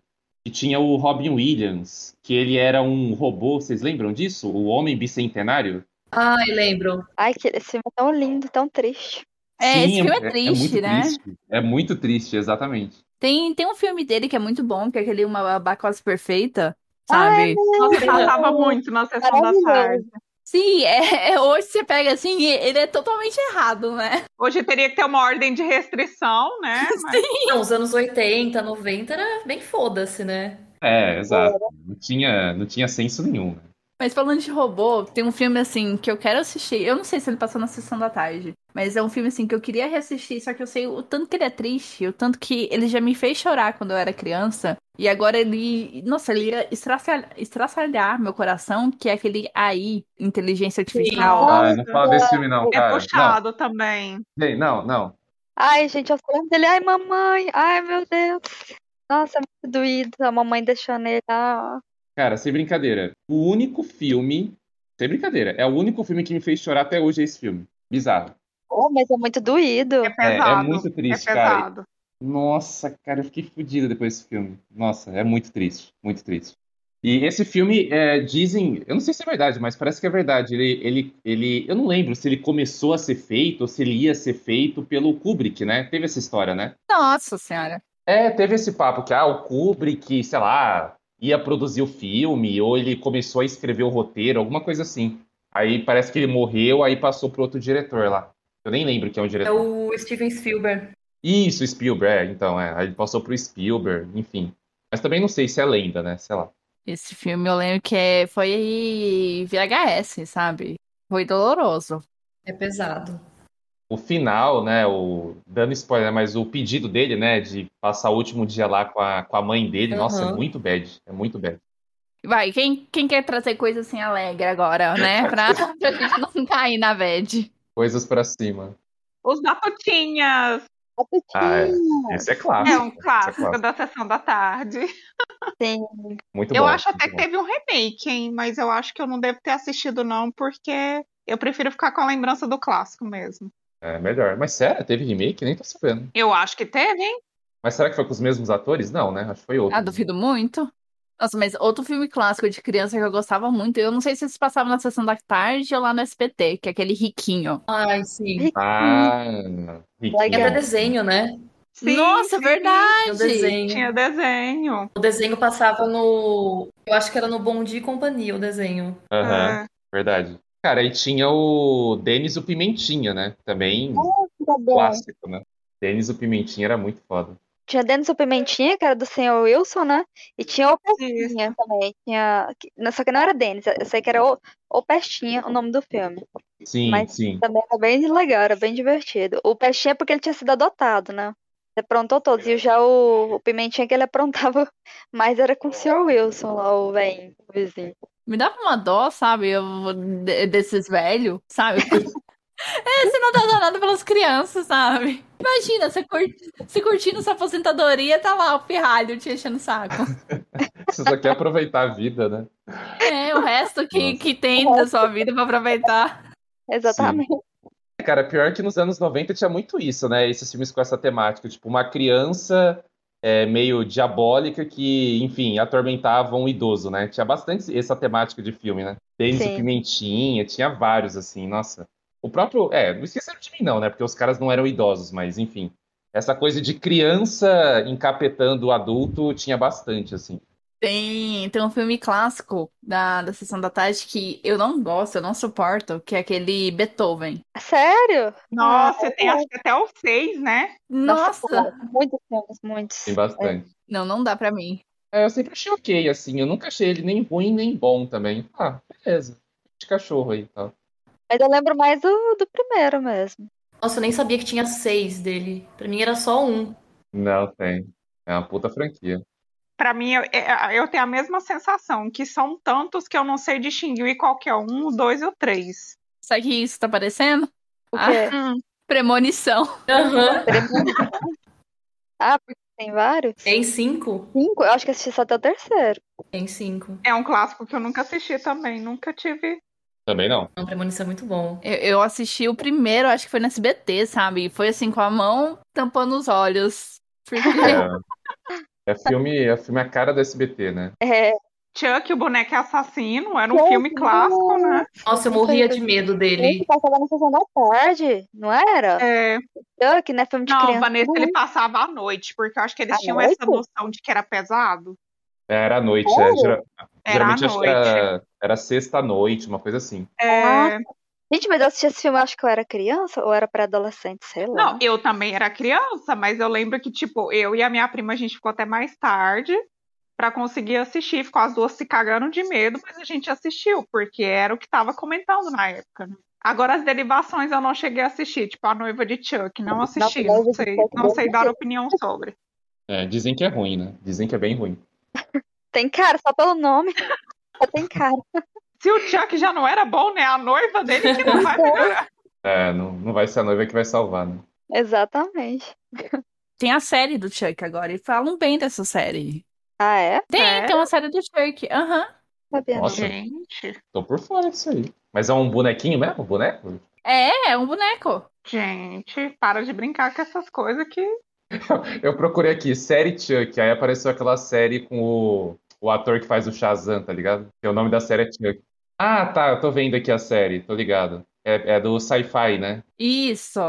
E tinha o Robin Williams, que ele era um robô, vocês lembram disso? O Homem Bicentenário? Ai, lembro. Ai, que esse filme é tão lindo, tão triste. É, esse filme é triste, muito né? Triste. É muito triste, exatamente. Tem, tem um filme dele que é muito bom, que é aquele Uma Abacose Perfeita, sabe? Nossa, passava muito na sessão da Maravilhoso. tarde. Sim, é, é- hoje você pega assim, e ele é totalmente errado, né? Hoje teria que ter uma ordem de restrição, né? Mas Não, os anos 80, 90 era bem foda-se, né? É, exato. Não tinha, não tinha senso nenhum. né? Mas falando de robô, tem um filme assim que eu quero assistir. Eu não sei se ele passou na sessão da tarde, mas é um filme assim que eu queria reassistir, só que eu sei o tanto que ele é triste, o tanto que ele já me fez chorar quando eu era criança. E agora ele, nossa, ele ia estraçalhar, estraçalhar meu coração, que é aquele AI, inteligência artificial. Nossa. Ah, não fala desse filme não, é cara. puxado também. Não, ei, não, não. Ai, gente, eu falando dele, ai, mamãe, ai, meu Deus. Nossa, é muito doído, a mamãe deixando ele lá. Cara, sem brincadeira. O único filme, sem brincadeira, é o único filme que me fez chorar até hoje é esse filme. Bizarro. Oh, mas é muito doído. É É, pesado. é muito triste, é cara. pesado. Nossa, cara, eu fiquei fodido depois desse filme. Nossa, é muito triste, muito triste. E esse filme, é, dizem, eu não sei se é verdade, mas parece que é verdade. Ele, ele, ele, eu não lembro se ele começou a ser feito ou se ele ia ser feito pelo Kubrick, né? Teve essa história, né? Nossa senhora. É, teve esse papo que ah, o Kubrick, sei lá, ia produzir o filme, ou ele começou a escrever o roteiro, alguma coisa assim. Aí parece que ele morreu, aí passou pro outro diretor lá. Eu nem lembro quem é o É diretor. o Steven Spielberg. Isso, Spielberg, é, então, é. Aí ele passou pro Spielberg, enfim. Mas também não sei se é lenda, né? Sei lá. Esse filme eu lembro que é- foi aí VHS, sabe? Foi doloroso. É pesado. O final, né? O... Dando spoiler, mas o pedido dele, né? De passar o último dia lá com a, com a mãe dele, nossa, é Uhum. Aham. muito bad. É muito bad. Vai, quem, quem quer trazer coisa assim alegre agora, né? Pra, pra gente não cair na bad. Coisas pra cima. Os Batutinhas. Tá Ah, é. Batutinha. Esse é É clássico. um esse é clássico da sessão da tarde. Sim. Muito Eu bom, acho muito até que bom. teve um remake, hein? Mas eu acho que eu não devo ter assistido, não, porque eu prefiro ficar com a lembrança do clássico mesmo. É melhor. Mas sério, teve remake? Nem tô sabendo. Eu acho que teve, hein? Mas será que foi com os mesmos atores? Não, né? Acho que foi outro. Ah, duvido muito. Nossa, mas outro filme clássico de criança que eu gostava muito, eu não sei se se passava na sessão da tarde ou lá no SPT, que é aquele riquinho. Ai, sim. Ah, É até riquinho. desenho, né? Sim, Nossa, é sim, verdade! Tinha o desenho. Tinha desenho. O desenho passava no. Eu acho que era no Bom Dia e Companhia o desenho. Aham, É. verdade. Cara, aí tinha o Denis o Pimentinha, né? Também Oh, Tá bom. clássico, né? Denis o Pimentinha era muito foda. Tinha Dennis o Pimentinha, que era do senhor Wilson, né? E tinha o É, Isso. Pestinha também. Tinha... que- não, Só que não era Dennis, eu sei que era o, o Pestinha o nome do filme. Sim, Mas- sim. Também era bem legal, era bem divertido. O Pestinha é porque ele tinha sido adotado, né? Ele aprontou todos. E já o, o Pimentinha que ele aprontava mais era com o senhor Wilson lá, o velhinho, o vizinho. Me dava uma dó, sabe? Eu, de- desses velhos, sabe? É, você não tá danado pelas crianças, sabe? Imagina, você, cur- você curtindo sua aposentadoria, tá lá o pirralho te enchendo o saco. Você só quer aproveitar a vida, né? É, o resto que, Nossa. que tem da sua vida pra aproveitar. Exatamente. Cara, pior que nos anos 90 tinha muito isso, né? Esses filmes com essa temática, tipo, uma criança é, meio diabólica que, enfim, atormentava um idoso, né? Tinha bastante essa temática de filme, né? Denis o Sim. Pimentinha, tinha vários, assim, nossa. O próprio. É, não esqueceram de mim, não, né? Porque os caras não eram idosos, mas, enfim. Essa coisa de criança encapetando o adulto tinha bastante, assim. Tem, tem um filme clássico da, da Sessão da Tarde que eu não gosto, eu não suporto, que é aquele Beethoven. Sério? Nossa, Ah, tem é. acho que até o seis, né? Nossa, Nossa! Muitos filmes, muitos. Tem bastante. Não, não dá pra mim. É, eu sempre achei ok, assim. Eu nunca achei ele nem ruim, nem bom também. Ah, beleza. De cachorro aí tá? e tal. Mas eu lembro mais do, do primeiro mesmo. Nossa, eu nem sabia que tinha seis dele. Pra mim era só um. Não tem. É uma puta franquia. Pra mim, eu, é- eu tenho a mesma sensação, que são tantos que eu não sei distinguir qual que é o um, o dois e o três. Sabe o que isso tá parecendo? Porque Ah. Premonição. Aham. Ah, porque tem vários? Tem cinco? Cinco? Eu acho que assisti só até o terceiro. Tem cinco. É um clássico que eu nunca assisti também, nunca tive. Também não. Não, Premonição é muito bom. Eu, eu assisti o primeiro, acho que foi no SBT, sabe? E Foi assim, com a mão tampando os olhos. Porque É, É filme, é filme a cara do SBT, né? É, Chuck, o boneco assassino, era um Gente, filme clássico, né? Nossa, eu morria de medo ele dele. passava na sessão da tarde, não era? É, Chuck, né? Filme de não, criança. Vanessa, ele passava à noite, porque eu acho que eles À tinham noite? essa noção de que era pesado. Era à noite, Sério? é, gera- Oh, Era à geralmente acho que noite. era, era sexta-noite, uma coisa assim. É, Gente, mas eu assisti esse filme, eu acho que eu era criança ou era pré-adolescente, sei lá. Não, eu também era criança, mas eu lembro que, tipo, eu e a minha prima, a gente ficou até mais tarde pra conseguir assistir. Ficou as duas se cagando de medo, mas a gente assistiu, porque era o que tava comentando na época, né? Agora, as derivações eu não cheguei a assistir, tipo, a noiva de Chuck, não assisti, Noiva não de sei, Chuck, não eu sei não dar sei. opinião sobre. É, dizem que é ruim, né? Dizem que é bem ruim. Tem cara, só pelo nome. Só tem cara. Se o Chuck já não era bom, né? A noiva dele que não vai melhorar. É, não, não vai ser a noiva que vai salvar, né? Exatamente. Tem a série do Chuck agora, e falam bem dessa série. Ah, é? Tem, então. Sério? tem uma série do Chuck. Aham. Sabia não. Nossa. Gente, Tô por fora disso aí. Mas é um bonequinho mesmo? Boneco? É, é um boneco. gente, para de brincar com essas coisas que. Eu procurei aqui, série Chuck, aí apareceu aquela série com o, o ator que faz o Shazam, tá ligado? Que o nome da série é Chuck. Ah, tá, eu tô vendo aqui a série, tô ligado. É, é do sci-fi, né? Isso.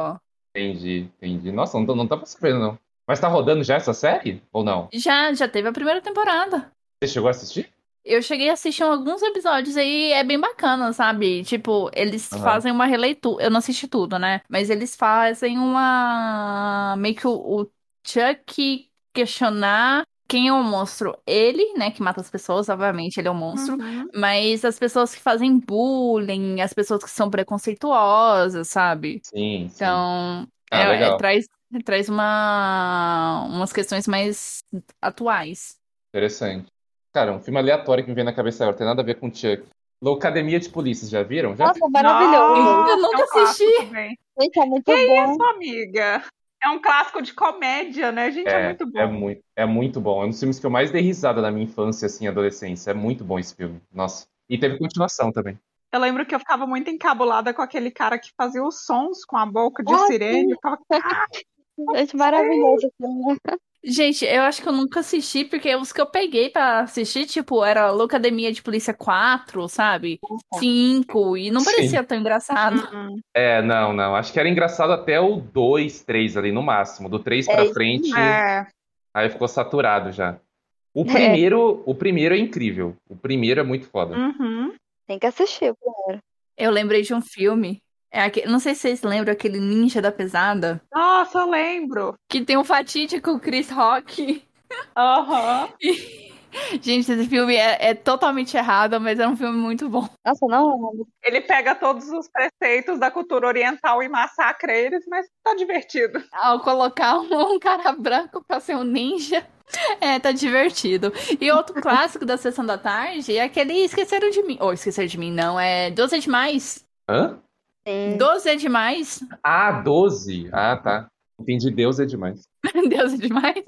Entendi, entendi. Nossa, não, tô- não tava sabendo, não. Mas tá rodando já essa série? Ou não? Já, já teve a primeira temporada. Você chegou a assistir? Eu cheguei a assistir alguns episódios aí, é bem bacana, sabe? Tipo, eles Aham. fazem uma releitura. Eu não assisti tudo, né? Mas eles fazem uma. Meio que o, o Chuck questionar quem é o monstro. Ele, né, que mata as pessoas, obviamente, ele é um monstro. Uhum. Mas as pessoas que fazem bullying, as pessoas que são preconceituosas, sabe? Sim, sim. Então, Ah, é- é- legal. traz, traz uma, umas questões mais atuais. Interessante. Cara, um filme aleatório que me vem na cabeça agora, tem nada a ver com Chuck. Loucademia de Polícia, já viram? Já? Nossa, é maravilhoso. Nossa, Eu nunca é um clássico assisti. também. Gente, é muito Que bom. isso, amiga? É um clássico de comédia, né? Gente, é, muito bom. É muito, é muito bom. É um dos filmes que eu mais dei risada na minha infância, assim, adolescência. É muito bom esse filme. Nossa. E teve continuação também. Eu lembro que eu ficava muito encabulada com aquele cara que fazia os sons com a boca de Ah, sirene. Eu ficava, Gente, maravilhoso esse filme. Gente, eu acho que eu nunca assisti, porque os que eu peguei pra assistir, tipo, era Loucademia de Polícia 4, sabe? Uhum. 5, e não Sim. parecia tão engraçado. "Hum, É, não, não. Acho que era engraçado até o 2, 3 ali, no máximo. Do 3 É pra isso frente, é, aí ficou saturado já. O É. primeiro, o primeiro é incrível. O primeiro é muito foda. uhum. Tem que assistir. Eu lembrei de um filme. É aque- não sei se vocês lembram aquele Ninja da Pesada, Nossa, eu lembro. que tem o fatídico Chris Rock. Aham. Gente, esse filme é, é totalmente errado, mas é um filme muito bom. Nossa, não lembro. Ele pega todos os preceitos da cultura oriental e massacra eles, mas tá divertido. Ao colocar um, um cara branco pra ser um ninja, é, tá divertido. E outro clássico da Sessão da Tarde é aquele Esqueceram de Mim. Ou Esqueceram de Mim, não, é 12 é demais. Hã? Sim. 12 é demais. Ah, 12. Ah, tá. Entendi, Deus é demais. Deus é demais.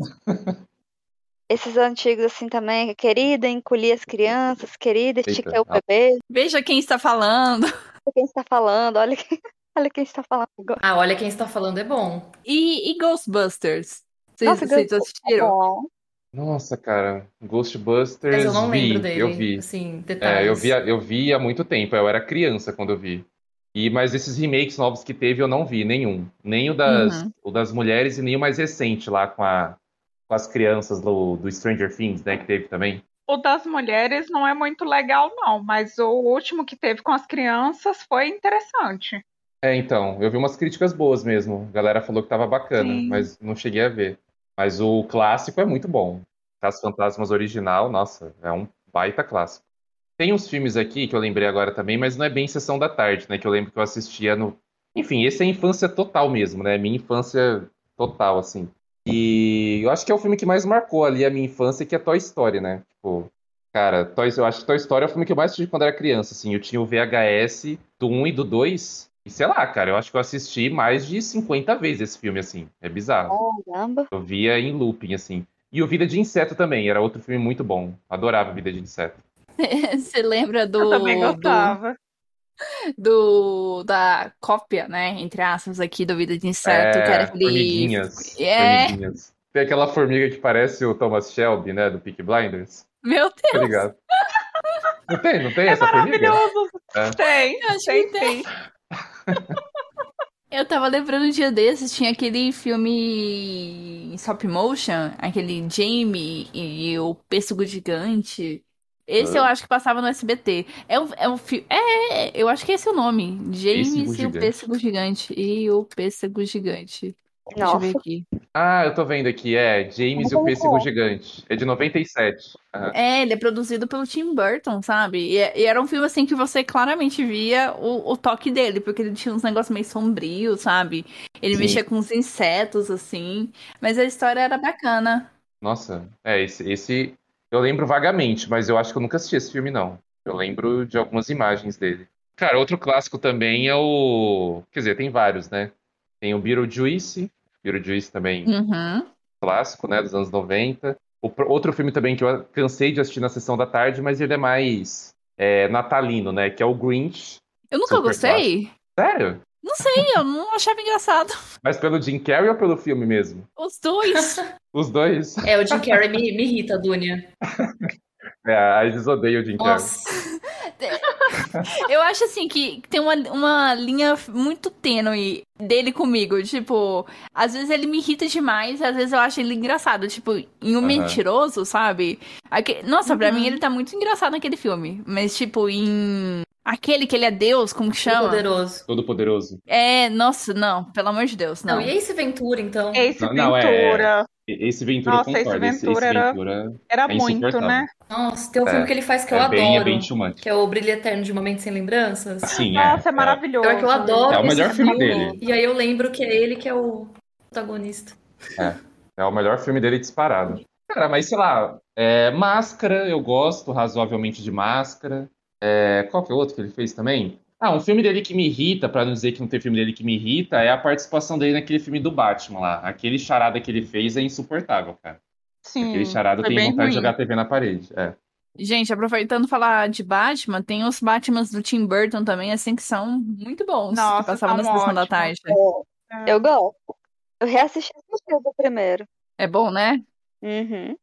Esses antigos assim também. Querida, encolhi as crianças. Querida, estiquei o Eita. ah. bebê. Veja quem está falando. Olha quem está falando. Olha quem, olha quem está falando agora. Ah, olha quem está falando é bom. E, e Ghostbusters? Vocês, Nossa, vocês É assistiram? bom. Nossa, cara. Ghostbusters. Mas eu não lembro vi, dele. Eu vi. Assim, É, detalhes. eu vi, eu vi há muito tempo, eu era criança quando eu vi. E, mas esses remakes novos que teve eu não vi nenhum. Nem o das, Uhum. o das mulheres e nem o mais recente lá com, a, com as crianças do, do Stranger Things, né? Que teve também. O das mulheres não é muito legal, não, mas o último que teve com as crianças foi interessante. É, então, eu vi umas críticas boas mesmo. A galera falou que tava bacana, Sim. mas não cheguei a ver. Mas o clássico é muito bom. Caso Fantasmas original, nossa, é um baita clássico. Tem uns filmes aqui que eu lembrei agora também, mas não é bem Sessão da Tarde, né? Que eu lembro que eu assistia no. Enfim, esse é infância total mesmo, né? Minha infância total, assim. E eu acho que é o filme que mais marcou ali a minha infância, que é Toy Story, né? Tipo, cara, Toy... eu acho que Toy Story é o filme que eu mais assisti quando era criança, assim. Eu tinha o VHS do 1 e do 2. E sei lá, cara, eu acho que eu assisti mais de 50 vezes esse filme, assim. É bizarro. Caramba. Eu via em looping, assim. E o Vida de Inseto também, era outro filme muito bom. Adorava Vida de Inseto. Você lembra do, Eu também do, gostava. do- da É, cópia, né? Entre aspas, aqui do Vida de Inseto, que era aquele. É, Formiguinhas. É. Formiguinhas. Tem aquela formiga que parece o Thomas Shelby, né? Do Peak Blinders. Meu Tá Deus. ligado? Não tem, não tem É essa formiga? maravilhoso. É. Tem, Eu acho tem, que tem. Eu tava lembrando um dia desses, tinha aquele filme em stop motion, aquele Jamie e o Pêssego Gigante. Esse Ah. eu acho que passava no SBT. É um, é um filme. É, é, eu acho que esse é o nome. James Pêssego e o Gigante. Pêssego Gigante. E o Pêssego Gigante. Deixa eu ver Nossa, aqui. Ah, eu tô vendo aqui, é James e o Pêssego Gigante. É de 97. Aham. É, ele é produzido pelo Tim Burton, sabe? E, é- e era um filme assim que você claramente via o, o toque dele, porque ele tinha uns negócios meio sombrios, sabe? Ele Sim. mexia com uns insetos, assim. Mas a história era bacana. Nossa, é, esse, esse eu lembro vagamente, mas eu acho que eu nunca assisti esse filme, não. Eu lembro de algumas imagens dele. Cara, outro clássico também é o. Quer dizer, tem vários, né? Tem o Beetlejuice. Beetlejuice também Uhum. clássico, né, dos anos 90. O pro- outro filme também que eu cansei de assistir na sessão da tarde, mas ele é mais é, natalino, né, que é o Grinch. Eu nunca Super gostei. Sério? Não sei, eu não achava engraçado. Mas pelo Jim Carrey ou pelo filme mesmo? Os dois. Os dois. É, o Jim Carrey me, me irrita, Dunia. É, aí eles odeiam o Jim Carrey. Nossa. Eu acho assim que tem uma, uma linha muito tênue dele comigo. Tipo, às vezes ele me irrita demais, às vezes eu acho ele engraçado. Tipo, em um Aham. mentiroso, sabe? Aque- Nossa, pra Uhum. mim ele tá muito engraçado naquele filme. Mas, tipo, em. Aquele que ele é Deus, como que chama? Poderoso. Todo poderoso. É, nossa, não, pelo amor de Deus, não. Não, e Ace Ventura, então? Ace Não, não, é- Ventura. E- Esse Ventura Nossa, concorda. esse concordo. Esse, Ventura esse era- Ventura Era é muito, né? insuportável. Nossa, tem um filme que ele faz que eu é bem, é adoro. bem too much. Que é o Brilho Eterno de uma Mente Sem Lembranças. Sim, é. Nossa, é maravilhoso. É que eu adoro É o esse melhor filme dele. E aí eu lembro que é ele que é o protagonista. É o melhor filme dele disparado. Cara, mas sei lá, é, Máscara, eu gosto razoavelmente de Máscara. É, qual que é o outro que ele fez também? Ah, um filme dele que me irrita, pra não dizer que não tem filme dele que me irrita, é a participação dele naquele filme do Batman lá. Aquele charada que ele fez é insuportável, cara. Sim. Aquele charada foi tem bem vontade de ruim. jogar a TV na parede. É. Gente, aproveitando falar de Batman, tem os Batmans do Tim Burton também, assim, que são muito bons. Nossa, que passavam na são sessão da ótimos. tarde. é. eu gosto. Eu reassisti duas vezes o primeiro. É bom, né? Uhum.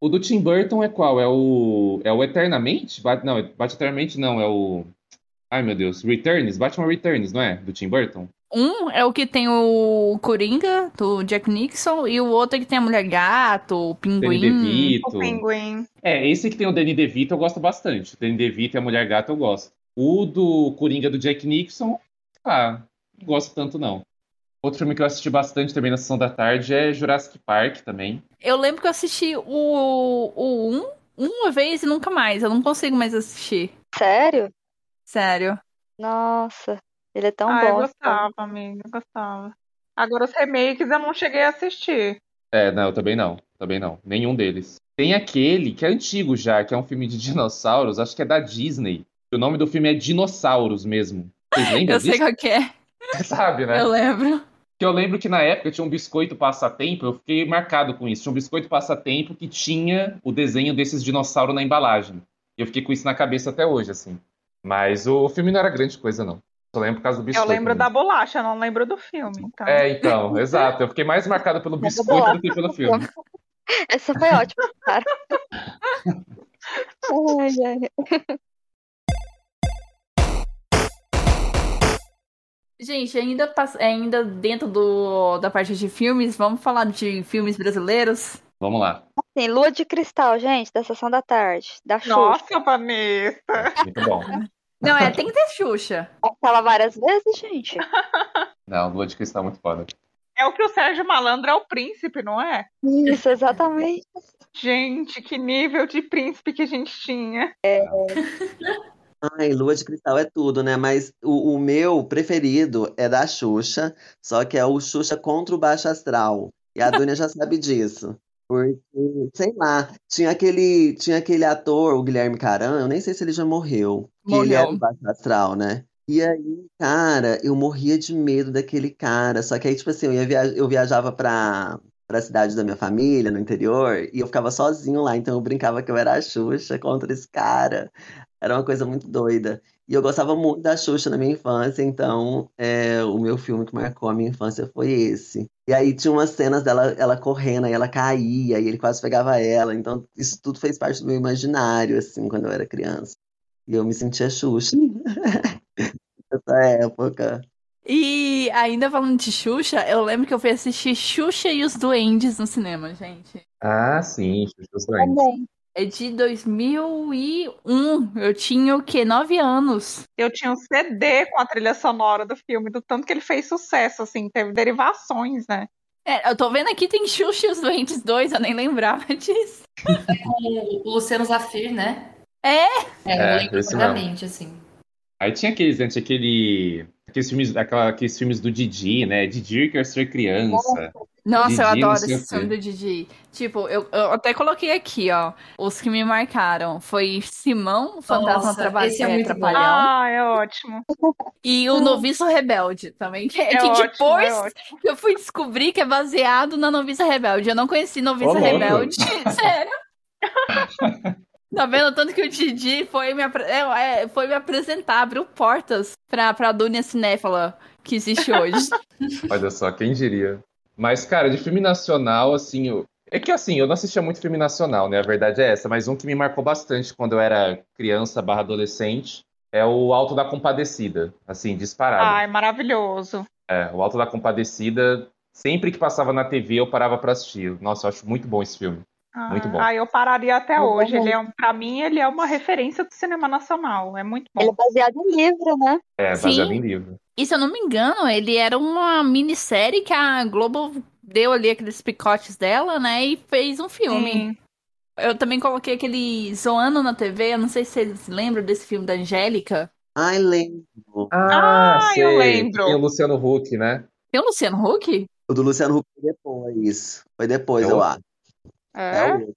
O do Tim Burton é qual? É o, é o Eternamente? Ba- não, é- Bate Eternamente não, é o. Ai meu Deus, Returns? Batman Returns, não é? Do Tim Burton? Um é o que tem o Coringa, do Jack Nixon, e o outro é que tem a Mulher Gato, o Danny Pinguim. DeVito. O pinguim. É, esse que tem o Danny DeVito eu gosto bastante. O Danny DeVito e a Mulher Gata eu gosto. O do Coringa do Jack Nixon, ah, não gosto tanto não. Outro filme que eu assisti bastante também na sessão da tarde é Jurassic Park também. Eu lembro que eu assisti o, o um, uma vez e nunca mais. Eu não consigo mais assistir. Sério? Sério. Nossa, ele é tão ah, eu bom. gostava, amiga, eu gostava. Agora os remakes eu não cheguei a assistir. É, não, eu também não, também não, nenhum deles. Tem aquele que é antigo já, que é um filme de dinossauros, acho que é da Disney. O nome do filme é Dinossauros mesmo. Vocês lembram Eu sei disso? qual que é, Sabe, né? eu lembro. Que eu lembro que na época tinha um biscoito passatempo, eu fiquei marcado com isso. Tinha um biscoito passatempo que tinha o desenho desses dinossauros na embalagem. E eu fiquei com isso na cabeça até hoje, assim. Mas o filme não era grande coisa, não. Só lembro por causa do Eu biscoito. lembro da mesmo. bolacha, não lembro do filme. Então. É, então, exato. Eu fiquei mais marcado pelo é biscoito do que pelo filme. Essa foi ótima, cara. Ai, ai. Gente, ainda, pass- ainda dentro do, da parte de filmes, vamos falar de filmes brasileiros? Vamos lá. Assim, Lua de Cristal, gente, da Sessão da Tarde, da Xuxa. Nossa, Vanessa. Muito bom. Não, é, tem que ter Xuxa. Fala várias vezes, gente. Não, Lua de Cristal é muito foda. É o que o Sérgio Malandro é o príncipe, não é? Isso, exatamente. Gente, que nível de príncipe que a gente tinha. Ai, Lua de Cristal é tudo, né? Mas o, o meu preferido é da Xuxa, só que é o Xuxa contra o Baixo Astral. E a Dunia já sabe disso. Porque, sei lá, tinha aquele, tinha aquele ator, o Guilherme Caran, eu nem sei se ele já morreu, que ele era Morreu. o Baixo Astral, né? E aí, cara, eu morria de medo daquele cara. Só que aí, tipo assim, eu, ia via- eu viajava pra, pra cidade da minha família, no interior, e eu ficava sozinho lá, então eu brincava que eu era a Xuxa contra esse cara. Era uma coisa muito doida. E eu gostava muito da Xuxa na minha infância, então é, o meu filme que marcou a minha infância foi esse. E aí tinha umas cenas dela ela correndo, aí ela caía, e ele quase pegava ela. Então isso tudo fez parte do meu imaginário, assim, quando eu era criança. E eu me sentia Xuxa nessa época. E ainda falando de Xuxa, eu lembro que eu fui assistir Xuxa e os Duendes no cinema, gente. Ah, sim, Xuxa os Duendes. Também. É de 2001. Eu tinha o quê? Nove anos. Eu tinha um CD com a trilha sonora do filme, do tanto que ele fez sucesso, assim, teve derivações, né? É, eu tô vendo aqui tem Xuxa e os Duendes 2, eu nem lembrava disso. O Luciano Zafir, né? É? É, É, eu lembro esse mesmo. claramente, assim. Aí tinha aqueles, né? Tinha aquele. Aqueles filmes, aquela, aqueles filmes do Didi, né? Didi quer ser criança. Nossa, eu Didi, não adoro sei esse o filme quê. do Didi. Tipo, eu, eu até coloquei aqui, ó. Os que me marcaram. Foi Simão, o Fantasma Nossa, Traba- esse é eh, muito bom. Ah. Trapalhão. Ah, é ótimo. E o Noviço Rebelde também. Que, É que ótimo, depois é ótimo. que eu fui descobrir que é baseado na Noviça Rebelde. Eu não conheci Noviça Ô, louco. Rebelde. Sério. Tá vendo? Tanto que o Didi foi me, apre- é, é, foi me apresentar, abriu portas pra, pra Dunia Cinéfala que existe hoje. Olha só, quem diria. Mas, cara, de filme nacional, assim, eu... é que assim, eu não assistia muito filme nacional, né? A verdade é essa, mas um que me marcou bastante quando eu era criança barra adolescente é o Alto da Compadecida, assim, disparado. Ai, maravilhoso. É, o Alto da Compadecida, sempre que passava na TV, eu parava pra assistir. Nossa, eu acho muito bom esse filme. Ah, Muito bom. ah, eu pararia até Muito hoje. bom. Ele é, um- pra mim, ele é uma referência do cinema nacional. É muito Ele é bom. baseado em livro, né? É, baseado Sim. em livro. E se eu não me engano, ele era uma minissérie que a Globo deu ali aqueles picotes dela, né? E fez um filme. Sim. Eu também coloquei aquele Zoando na TV. Eu não sei se vocês lembram desse filme da Angélica. Ai, lembro. Ah, eu sei. lembro. Tem o Luciano Huck, né? Tem o Luciano Huck? O do Luciano Huck foi depois. Foi depois, É eu outro? acho. É, É? outro.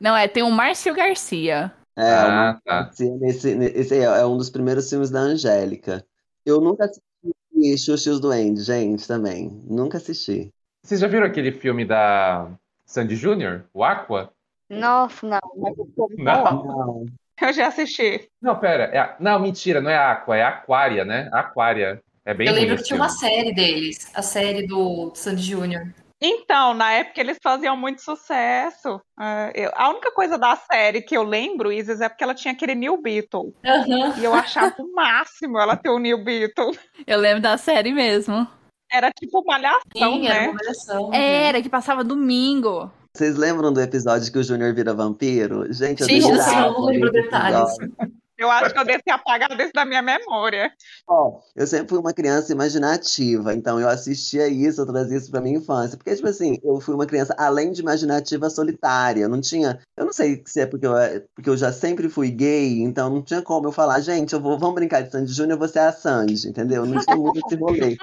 Não, é, tem o Márcio Garcia. É, o Ah, Marcos tá. Garcia, nesse- ne- esse aí é um dos primeiros filmes da Angélica. Eu nunca assisti Xuxa e os Duendes, gente, também. Nunca assisti. Vocês já viram aquele filme da Sandy Júnior? O Aqua? Nossa, não. Mas eu tô Não. Não. Eu já assisti. Não, pera. é a- Não, mentira, não é a Aqua, é a Aquária, né? Aquária. É bem eu ruim lembro que esse tinha filme. uma série deles, a série do Sandy Júnior. Então, na época eles faziam muito sucesso. Ah, eu- a única coisa da série que eu lembro, Isis, é porque ela tinha aquele New Beetle. Aham. E eu achava o máximo ela ter o New Beetle. Eu lembro da série mesmo. Era tipo malhação, Sim, era né? uma malhação. Era, que passava domingo. Vocês lembram do episódio que o Júnior vira vampiro? Gente, eu Sim, adorava sim, eu não lembro esse detalhes. episódio. Eu acho que eu desci apagado desse da minha memória. Ó, eu sempre fui uma criança imaginativa, então eu assistia isso, eu trazia isso pra minha infância. Porque, tipo assim, eu fui uma criança, além de imaginativa, solitária. Eu não tinha. Eu não sei se é porque eu, é- porque eu já sempre fui gay, então não tinha como eu falar, gente, eu vou, vamos brincar de Sandy Júnior, você é a Sandy, entendeu? Não tinha muito esse rolê.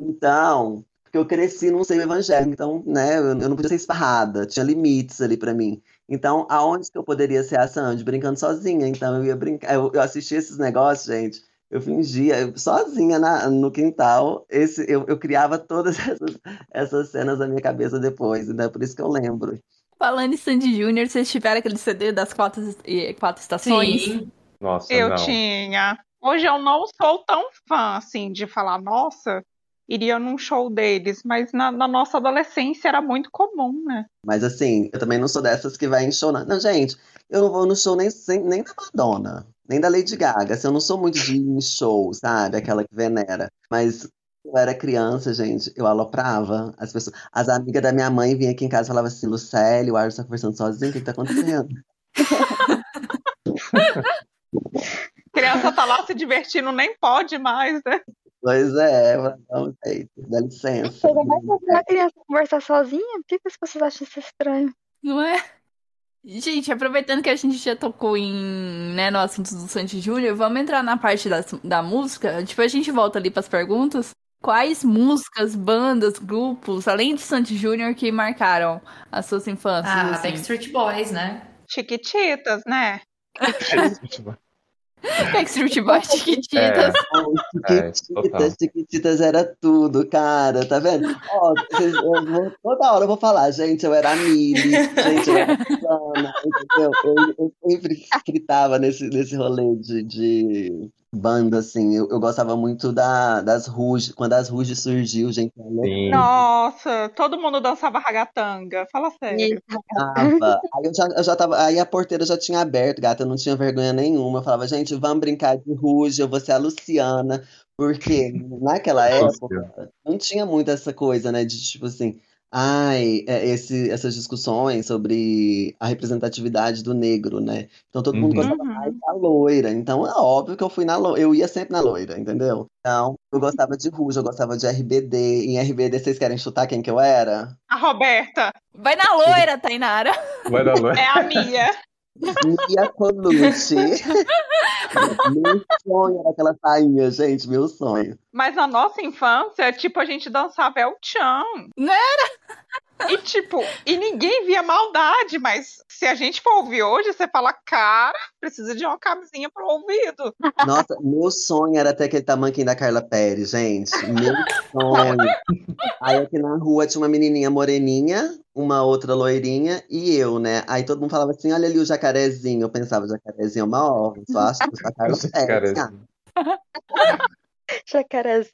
Então, porque eu cresci num seio evangélico, então, né, eu, eu não podia ser esparrada, tinha limites ali pra mim. Então, aonde que eu poderia ser a Sandy? Brincando sozinha. Então, eu ia brincar. Eu, eu assistia esses negócios, gente. Eu fingia, eu- sozinha na- no quintal, esse, eu, eu criava todas essas, essas cenas na minha cabeça depois, então é por isso que eu lembro. Falando em Sandy Júnior, vocês tiveram aquele CD das quatro, e- quatro estações? Sim. Nossa, Eu não. tinha. Hoje eu não sou tão fã, assim, de falar, nossa, iria num show deles. Mas na, na nossa adolescência era muito comum, né? Mas assim, eu também não sou dessas que vai em show. Não, não gente, eu não vou no show nem, sem- nem da Madonna, nem da Lady Gaga. Assim, eu não sou muito de ir em show, sabe? Aquela que venera. Mas quando eu era criança, gente, eu aloprava as pessoas. As amigas da minha mãe vinham aqui em casa e falavam assim, Lucélia, o Arthur está conversando sozinho, o que que tá acontecendo? Criança tá lá se divertindo, nem pode mais, né? Pois é, não sei, dá licença. Coisa mais fácil uma criança conversar sozinha? Por que que as pessoas acham isso estranho? Não é? Gente, aproveitando que a gente já tocou em, né, no assunto do Sandy Júnior, vamos entrar na parte da, da música. Tipo, a gente volta ali pras perguntas. Quais músicas, bandas, grupos, além de Sandy Júnior, que marcaram as suas infâncias? Ah, assim? Backstreet Boys, né? Chiquititas, né? Backstreet Boys, É. Chiquititas. Ai, É, total. Chiquititas, Chiquititas era tudo, cara, tá vendo? Ó, vocês- eu vou- toda hora eu vou falar, gente, eu era a Mili, gente, eu era a Susana, entendeu? Eu, eu sempre gritava nesse, nesse rolê de, de banda, assim. Eu, eu gostava muito da, das Ruge. Quando as Ruge surgiu, gente, eu Sim. Nossa, todo mundo dançava ragatanga. Fala sério. loucava. Aí eu já, eu já tava, aí a porteira já tinha aberto, gata, eu não tinha vergonha nenhuma. Eu falava, gente, vamos brincar de Ruge, eu vou ser a Luciana. Porque naquela época não tinha muito essa coisa, né? De tipo assim, ai, é, esse, essas discussões sobre a representatividade do negro, né? Então todo mundo Uhum. gostava mais da loira. Então é óbvio que eu fui na loira. Eu ia sempre na loira, entendeu? Então, eu gostava de Ruge, eu gostava de RBD. Em RBD, vocês querem chutar quem que eu era? A Roberta Vai na loira, Tainara. Vai da loira. é a Mia. Mia Colucci. meu sonho era aquela sainha, gente, meu sonho. Mas na nossa infância, tipo, a gente dançava El Chan. Né? E tipo, e ninguém via maldade, mas se a gente for ouvir hoje, você fala, cara, precisa de uma camisinha pro ouvido. Nossa, meu sonho era ter aquele tamanquinho da Carla Pérez, gente. Meu sonho. Aí aqui na rua tinha uma menininha moreninha, uma outra loirinha e eu, né? Aí todo mundo falava assim, olha ali o jacarezinho. Eu pensava, jacarezinho é uma ova, só acho que é a Carla Pérez. Jacarezinho. Ah, Jacarezinho.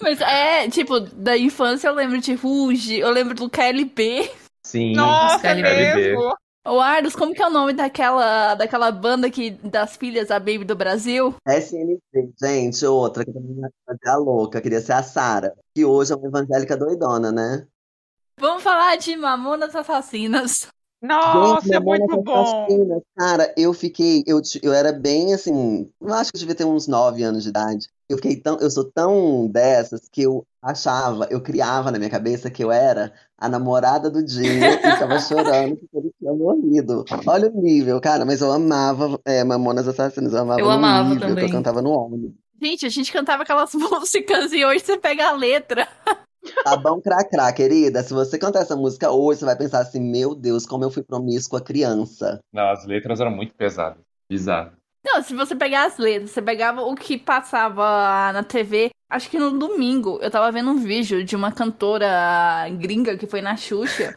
Mas é, tipo, da infância eu lembro de Ruge, eu lembro do KLB. Sim. Nossa, é KLB. mesmo. Ô, Ardos, como que é o nome daquela, daquela banda que, das filhas da Baby do Brasil? SNZ, gente, outra que também é a louca, queria ser a Sara, que hoje é uma evangélica doidona, né? Vamos falar de Mamonas Assassinas. Nossa, Gente, é Mamonas muito assim. bom. Assassinas, Cara, eu fiquei, eu, ti- eu era bem assim, eu acho que eu devia ter uns 9 anos de idade. Eu fiquei tão, eu sou tão dessas que eu achava, eu criava na minha cabeça que eu era a namorada do dia e tava chorando porque ele tinha morrido. Olha o nível, cara, mas eu amava é, Mamonas Assassinas, eu amava Eu no amava nível que eu também. cantava no ônibus. Gente, a gente cantava aquelas músicas e hoje você pega a letra. Tá bom, cracrá, querida, se você cantar essa música hoje, você vai pensar assim, meu Deus, como eu fui promíscua criança. Não, as letras eram muito pesadas. Bizarro. Não, se você pegar as letras, você pegava o que passava na TV. Acho que no domingo eu tava vendo um vídeo de uma cantora gringa que foi na Xuxa.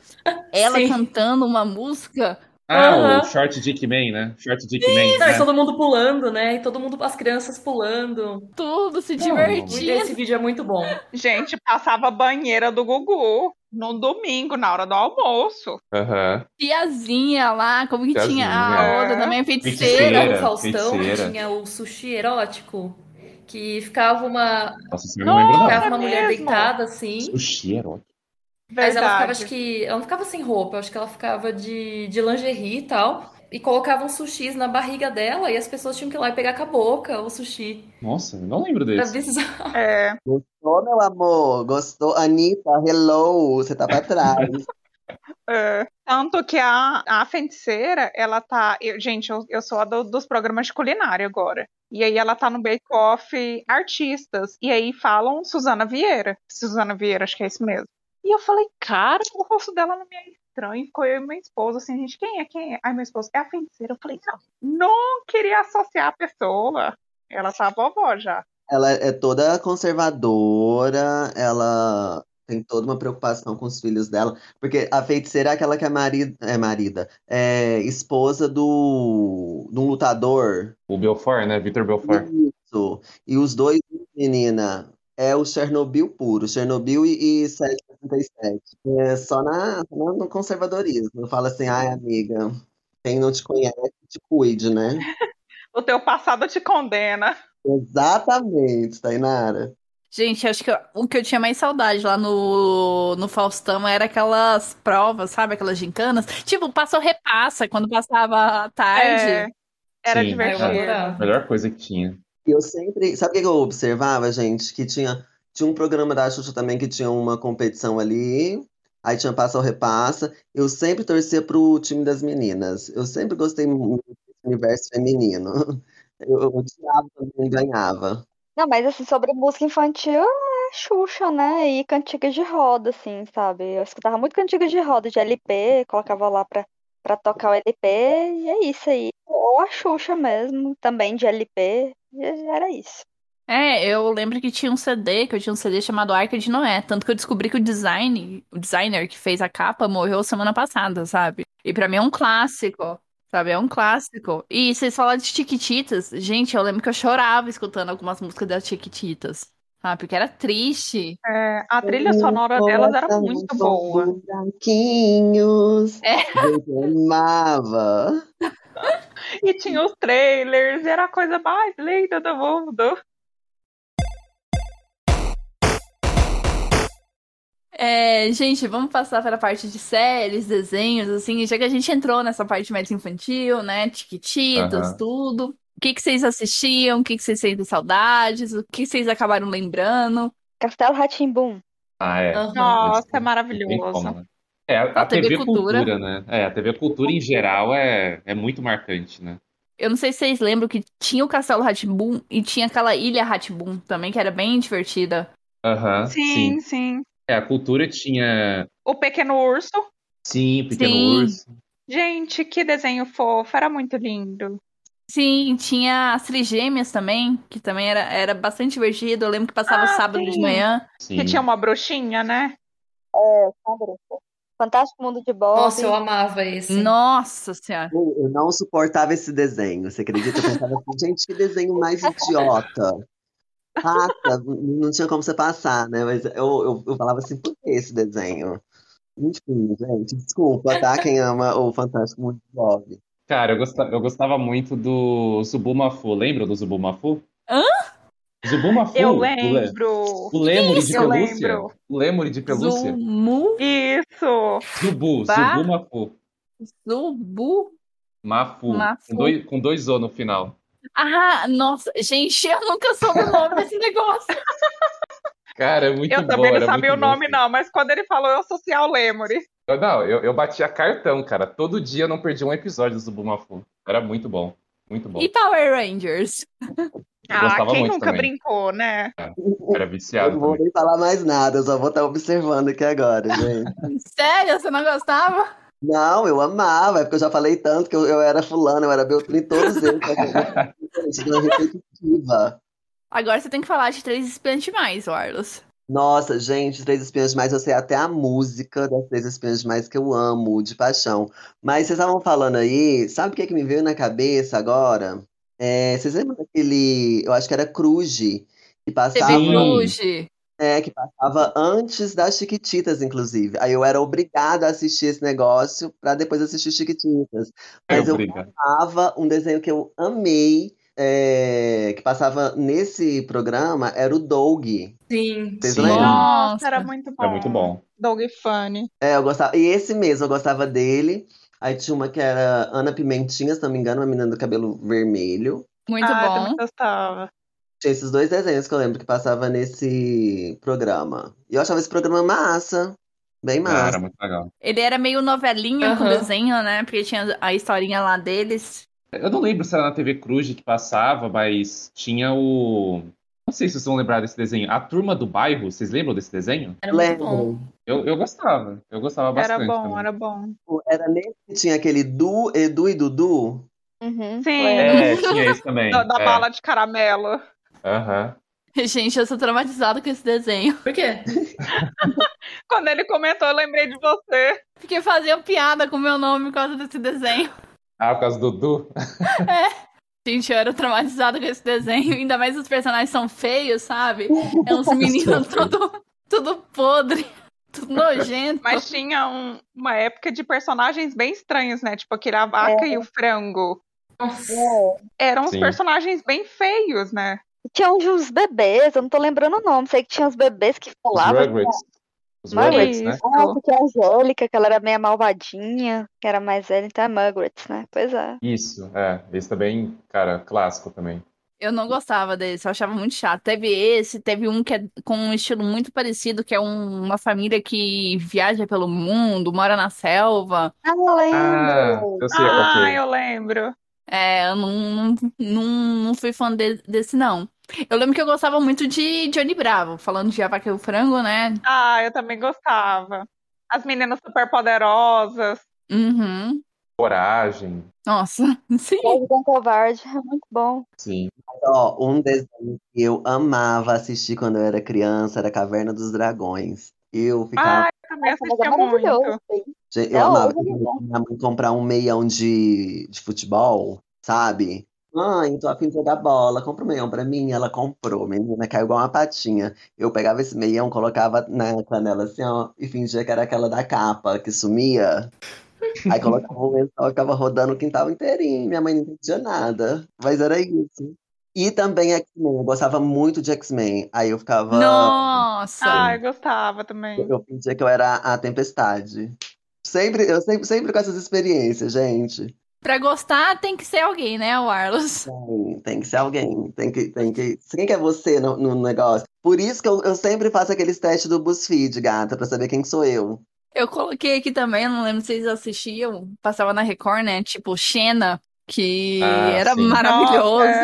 Ela Sim. cantando uma música. Ah, Aham. o Short Dick Man, né? Short Dick Man. Não, e Né? todo mundo pulando, né? E todo mundo, as crianças pulando. Tudo se Não. divertindo. Esse vídeo é muito bom. Gente, passava a banheira do Gugu num domingo, na hora do almoço. Aham. Tiazinha lá, como que tinha a Tiazinha. outra também, a Feiticeira. feiticeira. Tinha o Faustão, que feiticeira. tinha o sushi erótico, que ficava uma, Nossa, isso eu não lembro ficava não. uma mulher é mesmo? deitada assim. Sushi erótico. Mas ela ficava, Verdade. acho que. Ela não ficava sem roupa, acho que ela ficava de, de lingerie e tal. E colocavam sushis na barriga dela e as pessoas tinham que ir lá e pegar com a boca o sushi. Nossa, eu não lembro Era desse. bizarro. É. Gostou, meu amor? Gostou? Anitta, hello, você tá pra trás. É. Tanto que a, a feiticeira, ela tá. eu- gente, eu, eu sou a do- dos programas de culinária agora. E aí ela tá no Bake Off Artistas. E aí falam Suzana Vieira. Suzana Vieira, acho que é isso mesmo. E eu falei, cara, o rosto dela não me é estranho. Ficou eu e minha esposa assim, gente, quem é? Quem é? Ai, minha esposa, é a feiticeira. Eu falei, não, não queria associar a pessoa. Ela tá vovó já. Ela é toda conservadora, ela tem toda uma preocupação com os filhos dela, porque a feiticeira é aquela que é marida, é marida, é esposa do, de um lutador. O Belfort, né? Vitor Belfort. Isso. E os dois, menina, é o Chernobyl puro, Chernobyl e, e 777. É só na, só no conservadorismo. Fala assim, ai, amiga, quem não te conhece, te cuide, né? O teu passado te condena. Exatamente, Tainara. Gente, acho que eu- o que eu tinha mais saudade lá no, no Faustão era aquelas provas, sabe? Aquelas gincanas. Tipo, passa ou repassa, quando passava a tarde. É, Sim, Ah, eu era é. divertido. adorava. Melhor coisa que tinha. E Eu sempre. Sabe o que que eu observava, gente? Que tinha, tinha um programa da Xuxa também que tinha uma competição ali. Aí tinha passa ou repassa. Eu sempre torcia pro time das meninas. Eu sempre gostei muito desse universo feminino. Eu, eu odiava quando ganhava. Não, mas assim, sobre música infantil, é Xuxa, né? E cantigas de roda, assim, sabe? Eu escutava muito cantigas de roda, de LP, colocava lá pra, pra tocar o LP, e é isso aí. Ou a Xuxa mesmo, também de LP, e era isso. É, eu lembro que tinha um CD, que eu tinha um CD chamado Arca de Noé, tanto que eu descobri que o design, o designer que fez a capa morreu semana passada, sabe? E pra mim é um clássico. Sabe, é um clássico. E vocês falaram de Chiquititas. Gente, eu lembro que eu chorava escutando algumas músicas das Chiquititas. Ah, porque era triste. É, a trilha Uhum, sonora delas era muito boa. É. Branquinhos. Eu amava. E tinha os trailers, e era a coisa mais linda do mundo. É, gente, vamos passar para a parte de séries, desenhos, assim, já que a gente entrou nessa parte mais infantil, né? Tiquititas, Aham. tudo. O que que vocês assistiam? O que que vocês sentem saudades? O que vocês acabaram lembrando? Castelo Rá-Tim-Bum. Ah, é. Aham. Nossa, é Não tem como, maravilhoso. né? É, a, Ah, a TV, TV cultura. Cultura. né? É, a TV Cultura em geral é, é muito marcante, né? Eu não sei se vocês lembram que tinha o Castelo rá e tinha aquela Ilha rá também, que era bem divertida. Aham, né? sim. Sim, sim. É, a cultura tinha. O Pequeno Urso. Sim, Pequeno Sim. Urso. Gente, que desenho fofo, era muito lindo. Sim, tinha as Trigêmeas também, que também era, era bastante divertido. Eu lembro que passava Ah, sábado de sim. manhã. Sim. Que tinha uma bruxinha, né? É, com a bruxa. Fantástico Mundo de Bob. Nossa, eu amava esse. Nossa Senhora. Eu eu não suportava esse desenho, você acredita? Eu pensava assim, gente, que desenho mais idiota. Passa, não tinha como você passar, né? Mas eu, eu, eu falava assim, por que esse desenho? Enfim, gente, desculpa, tá? Quem ama o Fantástico Mundo de Bob. Cara, eu gostava, eu gostava muito do Zubumafu. Lembra do Zubumafu? Hã? Zubumafu? Eu o le- lembro. O Lemuri de isso? Eu pelúcia. lembro. O Lemuri de pelúcia. Zumu, Isso. Zubu, Bah. Zubumafu. Zubu. Mafu. Mafu. Com dois, com dois O no final. Ah, nossa, gente, eu nunca soube o nome desse negócio. Cara, é muito Eu bom. também não era sabia o muito bom, nome, assim. não, mas quando ele falou, eu associei ao Lemuri. Eu- não, eu, eu batia cartão, cara. Todo dia eu não perdi um episódio do Zubumafu. Era muito bom. Muito bom. E Power Rangers? Eu gostava Ah, quem muito nunca também. brincou, né? Era Eu viciado não vou também. nem falar mais nada, eu só vou estar observando aqui agora, gente. Sério, você não gostava? Não, eu amava, é porque eu já falei tanto que eu, eu era fulano, eu era Beltrino, todos eles. Gente, não é repetitiva. Agora você tem que falar de Três Espiãs Demais, Warlos. Nossa, gente, Três Espiãs Demais, eu sei até a música das Três Espiãs Demais que eu amo, de paixão. Mas vocês estavam falando aí, sabe o que, que me veio na cabeça agora? É, vocês lembram daquele, eu acho que era Cruze, que TV passava, Cruze. é, que passava antes das Chiquititas, inclusive. Aí eu era obrigada a assistir esse negócio pra depois assistir Chiquititas. Era Mas eu obrigado. amava, um desenho que eu amei, é, que passava nesse programa, era o Doug. Sim. Vocês Sim. lembram? Nossa, era Nossa. muito bom. Era muito bom. Doug Funny. É, eu gostava. E esse mesmo, eu gostava dele. Aí tinha uma que era Ana Pimentinha, se não me engano, uma menina do cabelo vermelho. Muito Ah, eu bom. também gostava. Tinha esses dois desenhos que eu lembro que passava nesse programa. E eu achava esse programa massa. Bem Ah, massa. era muito legal. Ele era meio novelinha com Aham. desenho, né? Porque tinha a historinha lá deles. Eu não lembro se era na TV Cruz que passava, mas tinha o. Não sei se vocês vão lembrar desse desenho. A Turma do Bairro, vocês lembram desse desenho? Era muito bom. Lembro. Eu, eu gostava. Eu gostava Era bastante bom, também. era bom. Era nesse que tinha aquele Du, Edu e Dudu. Uhum, Sim. lembro. É, tinha esse também. Da, da é. bala de caramelo. Aham. Gente, eu sou traumatizada com esse desenho. Por É. quê? Quando ele comentou, eu lembrei de você. Porque faziam piada com o meu nome por causa desse desenho. Ah, por causa do Dudu? Gente, eu era traumatizada com esse desenho. Ainda mais os personagens são feios, sabe? É uns meninos tudo, tudo podre, tudo nojento. Mas tinha um- uma época de personagens bem estranhos, né? Tipo aquele a vaca e o frango. Nossa. Eram uns Sim. personagens bem feios, né? E Tinha uns- uns bebês, eu não tô lembrando o nome. Sei que tinha uns bebês que Os pulavam. Rugrats. né? Os Mas- Rugrats, né? Ah, porque a Angélica, que ela era meio malvadinha, que era mais velha, então é Margaret, né? Pois é. Isso, é. Esse também, cara, clássico também. Eu não gostava desse, eu achava muito chato. Teve esse, teve um que é com um estilo muito parecido, que é um- uma família que viaja pelo mundo, mora na selva. Ah, eu Ah, lembro! eu sei qual que Ah, é. eu lembro. É, eu não, não, não, não fui fã de- desse, não. Eu lembro que eu gostava muito de Johnny Bravo, falando de A Vaca e o Frango, né? Ah, eu também gostava. As meninas superpoderosas. Uhum. Coragem. Nossa, sim. Presidente Covarde, é muito bom. Sim. Ó, um desenho que eu amava assistir quando eu era criança era Caverna dos Dragões. Eu ficava Ah, eu também Nossa, mas é assistia maravilhoso. muito. sim. Gente, eu É amava horror, quando minha mãe comprar um meião de, de futebol, sabe? Mãe, tô afim de jogar bola, compra um meião pra mim. Ela comprou, menina, caiu igual uma patinha. Eu pegava esse meião, colocava na canela assim, ó, e fingia que era aquela da capa, que sumia. Aí colocava o lençol e ficava rodando o quintal inteirinho. Minha mãe não entendia nada, mas era isso. E também X-Men, eu gostava muito de X-Men. Aí eu ficava... Nossa! Ah, eu gostava também. Eu fingia que eu era a tempestade. Sempre, eu sempre, sempre com essas experiências, gente. Pra gostar tem que ser alguém, né, o Arlos? Tem, tem que ser alguém. Tem que, tem que. Quem que é você no, no negócio? Por isso que eu, eu sempre faço aqueles testes do BuzzFeed, gata, pra saber quem sou eu. Eu coloquei aqui também, não lembro se vocês assistiam, passava na Record, né? Tipo, Xena, que Ah, era sim. maravilhoso. Nossa,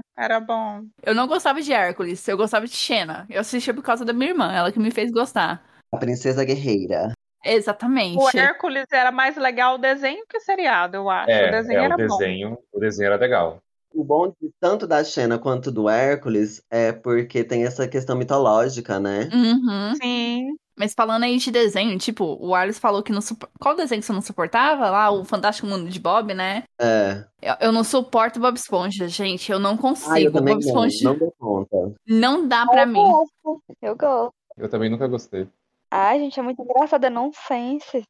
é, era bom. Eu não gostava de Hércules, eu gostava de Xena. Eu assistia por causa da minha irmã, ela que me fez gostar. A princesa guerreira. Exatamente. O Hércules era mais legal o desenho que o seriado, eu acho. É, o desenho é, era o bom. desenho, o desenho era legal. O bom de, tanto da Xena quanto do Hércules é porque tem essa questão mitológica, né? Uhum. Sim. Mas falando aí de desenho, tipo, o Arles falou que não supo... Qual desenho que você não suportava? Lá, o Fantástico Mundo de Bob, né? É. Eu, eu não suporto Bob Esponja, gente. Eu não consigo. Ah, eu também Bob não, Esponja não dou conta. não dá pra Ah, eu mim. gosto. Eu gosto. Eu também nunca gostei. Ai, gente, é muito engraçado. É nonsense.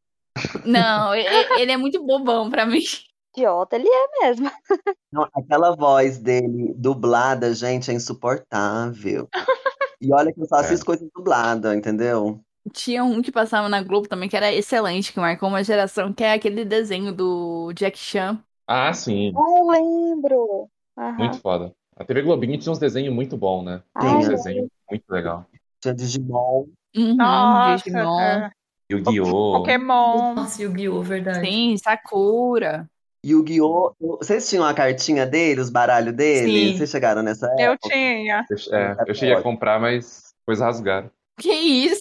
Não, e- e- ele é muito bobão pra mim. Idiota, ele é mesmo. Não, aquela voz dele dublada, gente, é insuportável. E olha que eu só É. assisto coisas dubladas, entendeu? Tinha um que passava na Globo também que era excelente, que marcou uma geração, que é aquele desenho do Jack Chan. Ah, sim, Ah, eu lembro. Aham. muito foda. A TV Globinho tinha uns desenhos muito bons, né? Tinha Ai, uns Sim. desenhos muito legal. Tinha Digimon. Uhum, Nossa, Digimon. é. Yu-Gi-Oh! Pokémon. Nossa, Yu-Gi-Oh! Verdade. Sim, Sakura. Yu-Gi-Oh! Vocês tinham a cartinha dele, os baralhos dele? Sim. Vocês chegaram nessa Eu época? tinha. Eu, é, eu cheguei a comprar, mas depois rasgaram. Que isso?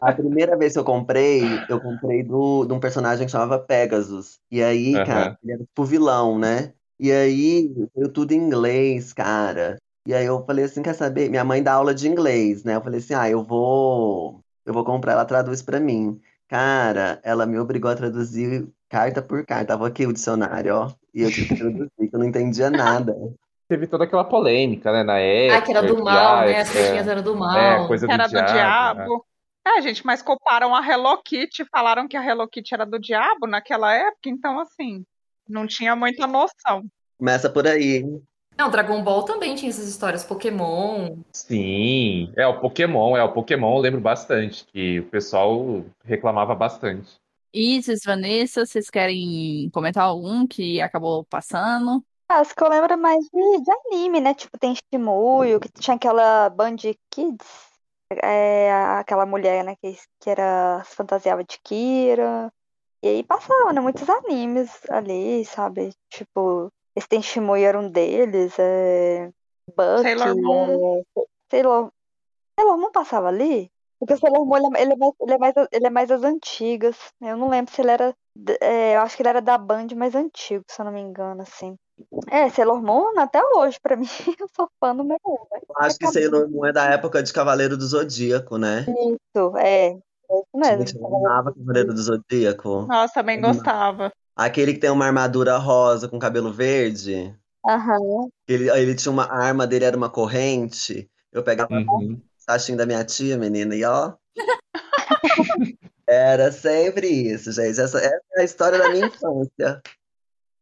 A primeira vez que eu comprei, eu comprei do, de um personagem que chamava Pegasus. E aí, Aham. cara, ele era tipo vilão, né? E aí, veio tudo em inglês, cara. E aí eu falei assim, quer saber? Minha mãe dá aula de inglês, né? Eu falei assim, ah, eu vou, eu vou comprar, ela traduz pra mim. Cara, ela me obrigou a traduzir carta por carta. Tava aqui o dicionário, ó. E eu tive que traduzir, que eu não entendia nada. Teve toda aquela polêmica, né? Na Ah, época. ah, que era do mal, né? As frutinhas eram do É, mal. coisa Que era do do diabo. né? diabo. É, gente, mas comparam a Hello Kitty, falaram que a Hello Kitty era do diabo naquela época, então assim, não tinha muita noção. Começa por aí. Não, Dragon Ball também tinha essas histórias. Pokémon. Sim, é o Pokémon, é o Pokémon, eu lembro bastante, que o pessoal reclamava bastante. Isis, Vanessa, vocês querem comentar algum que acabou passando? Ah, As que eu lembro mais de, de anime, né? Tipo, tem Shimuyo, que tinha aquela Band Kids. É, a- aquela mulher, né? Que, que era, se fantasiava de Kira. E aí passavam, né? Muitos animes ali, sabe? Tipo, esse tem Shimuyo era um deles. É, Bucky. Sailor Moon. É, Sailor, Sailor Moon passava ali? Porque o Sailor Moon, ele é, ele é mais, ele, é mais, ele é mais das antigas. Eu não lembro se ele era... d- é, eu acho que ele era da Band mais antigo, se eu não me engano, assim. É, Sailor Moon até hoje, pra mim, eu sou fã número um. né? Eu acho que Sailor Moon é da época de Cavaleiro do Zodíaco, né? Isso, é, é isso Gente, mesmo. eu amava Cavaleiro do Zodíaco. Nossa, também gostava. Aquele que tem uma armadura rosa com cabelo verde. Aham. Ele, ele tinha uma a arma dele, era uma corrente. Eu pegava Uhum. o sachinho da minha tia, menina, e ó. Era sempre isso, gente. Essa, essa é a história da minha infância.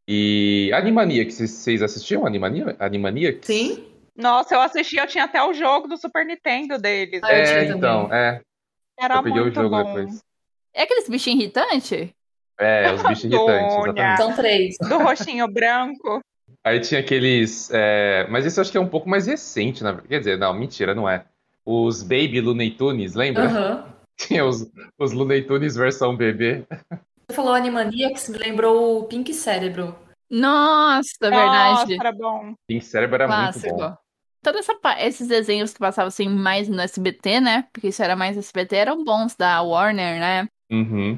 E Animaniacs, vocês- vocês assistiam Animania- Animaniacs? Sim. Nossa, eu assistia, eu tinha até o jogo do Super Nintendo deles. Ah, eu É, tinha então, é. Era eu peguei o Tá muito jogo bom. depois. É aqueles bichinhos irritantes? É, os bichos irritantes, Olha. exatamente. São três. Do roxinho branco. Aí tinha aqueles. é, Mas isso eu acho que é um pouco mais recente, na... quer dizer, não, mentira, não é. Os Baby Looney Tunes, lembra? Aham. Tinha os, os Looney Tunes versão bebê. Você falou Animaniacs, me lembrou o Pink Cérebro. Nossa, Nossa, É verdade. era bom. Pink Cérebro era muito Clássico. bom. Todos esses desenhos que passavam assim mais no SBT, né? Porque isso era mais SBT, eram bons da Warner, né? Uhum.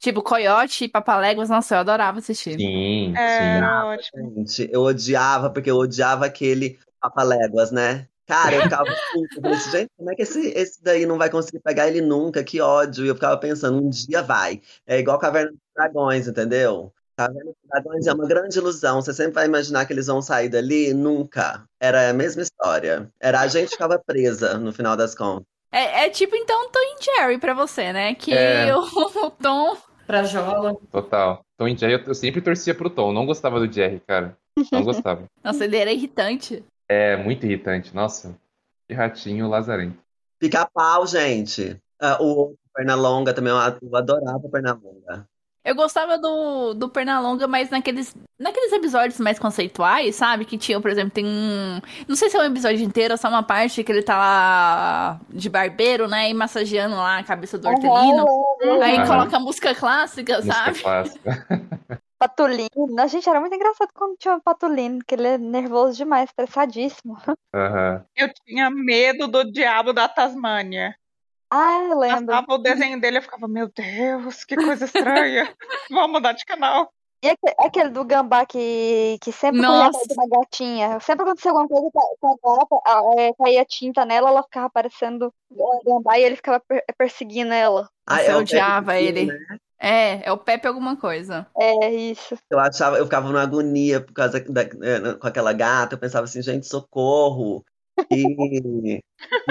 Tipo, Coyote e Papaléguas, nossa, eu adorava assistir. Sim, É, sim. Era ótimo. Gente, eu odiava, porque eu odiava aquele Papaléguas, né? Cara, eu ficava puto, eu falei assim, gente, como é que esse, esse daí não vai conseguir pegar ele nunca? Que ódio. E eu ficava pensando, um dia vai. É igual Caverna dos Dragões, entendeu? Caverna dos Dragões é uma grande ilusão. Você sempre vai imaginar que eles vão sair dali? Nunca. Era a mesma história. Era a gente que ficava presa, no final das contas. É, é tipo, então, Tom e Jerry pra você, né? Que É. o, o Tom. Pra Jola. Total. Tom e Jerry, eu, eu sempre torcia pro Tom. Não gostava do Jerry, cara. Não gostava. Nossa, ele era irritante. É muito irritante. Nossa. Que ratinho lazarento. Pica-pau, gente. Ah, o outro, Pernalonga também, eu adorava Pernalonga. Eu gostava do, do Pernalonga, mas naqueles, naqueles episódios mais conceituais, sabe? Que tinha, por exemplo, tem um. Não sei se é um episódio inteiro ou só uma parte que ele tá lá de barbeiro, né? E massageando lá a cabeça do hortelino. é. Aí Aham. coloca música clássica, Música sabe? clássica. Patulino. A gente era muito engraçado quando tinha o Patulino, que ele é nervoso demais, estressadíssimo. Aham. Eu tinha medo do diabo da Tasmânia. Ah, eu lembro. Passava o desenho dele, eu ficava, meu Deus, que coisa estranha. Vamos mudar de canal. E aque- aquele do gambá que, que sempre corria atrás de uma gatinha. Sempre acontecia alguma coisa com a- com a gata, a- é, caía tinta nela, ela ficava aparecendo o gambá e ele ficava per- perseguindo ela. Ah, Nossa, eu o Pepe odiava Pepino, ele. né? É, é o Pepe alguma coisa. É isso. Eu achava, eu ficava numa agonia por causa da, eh, com aquela gata, eu pensava assim, gente, socorro. E,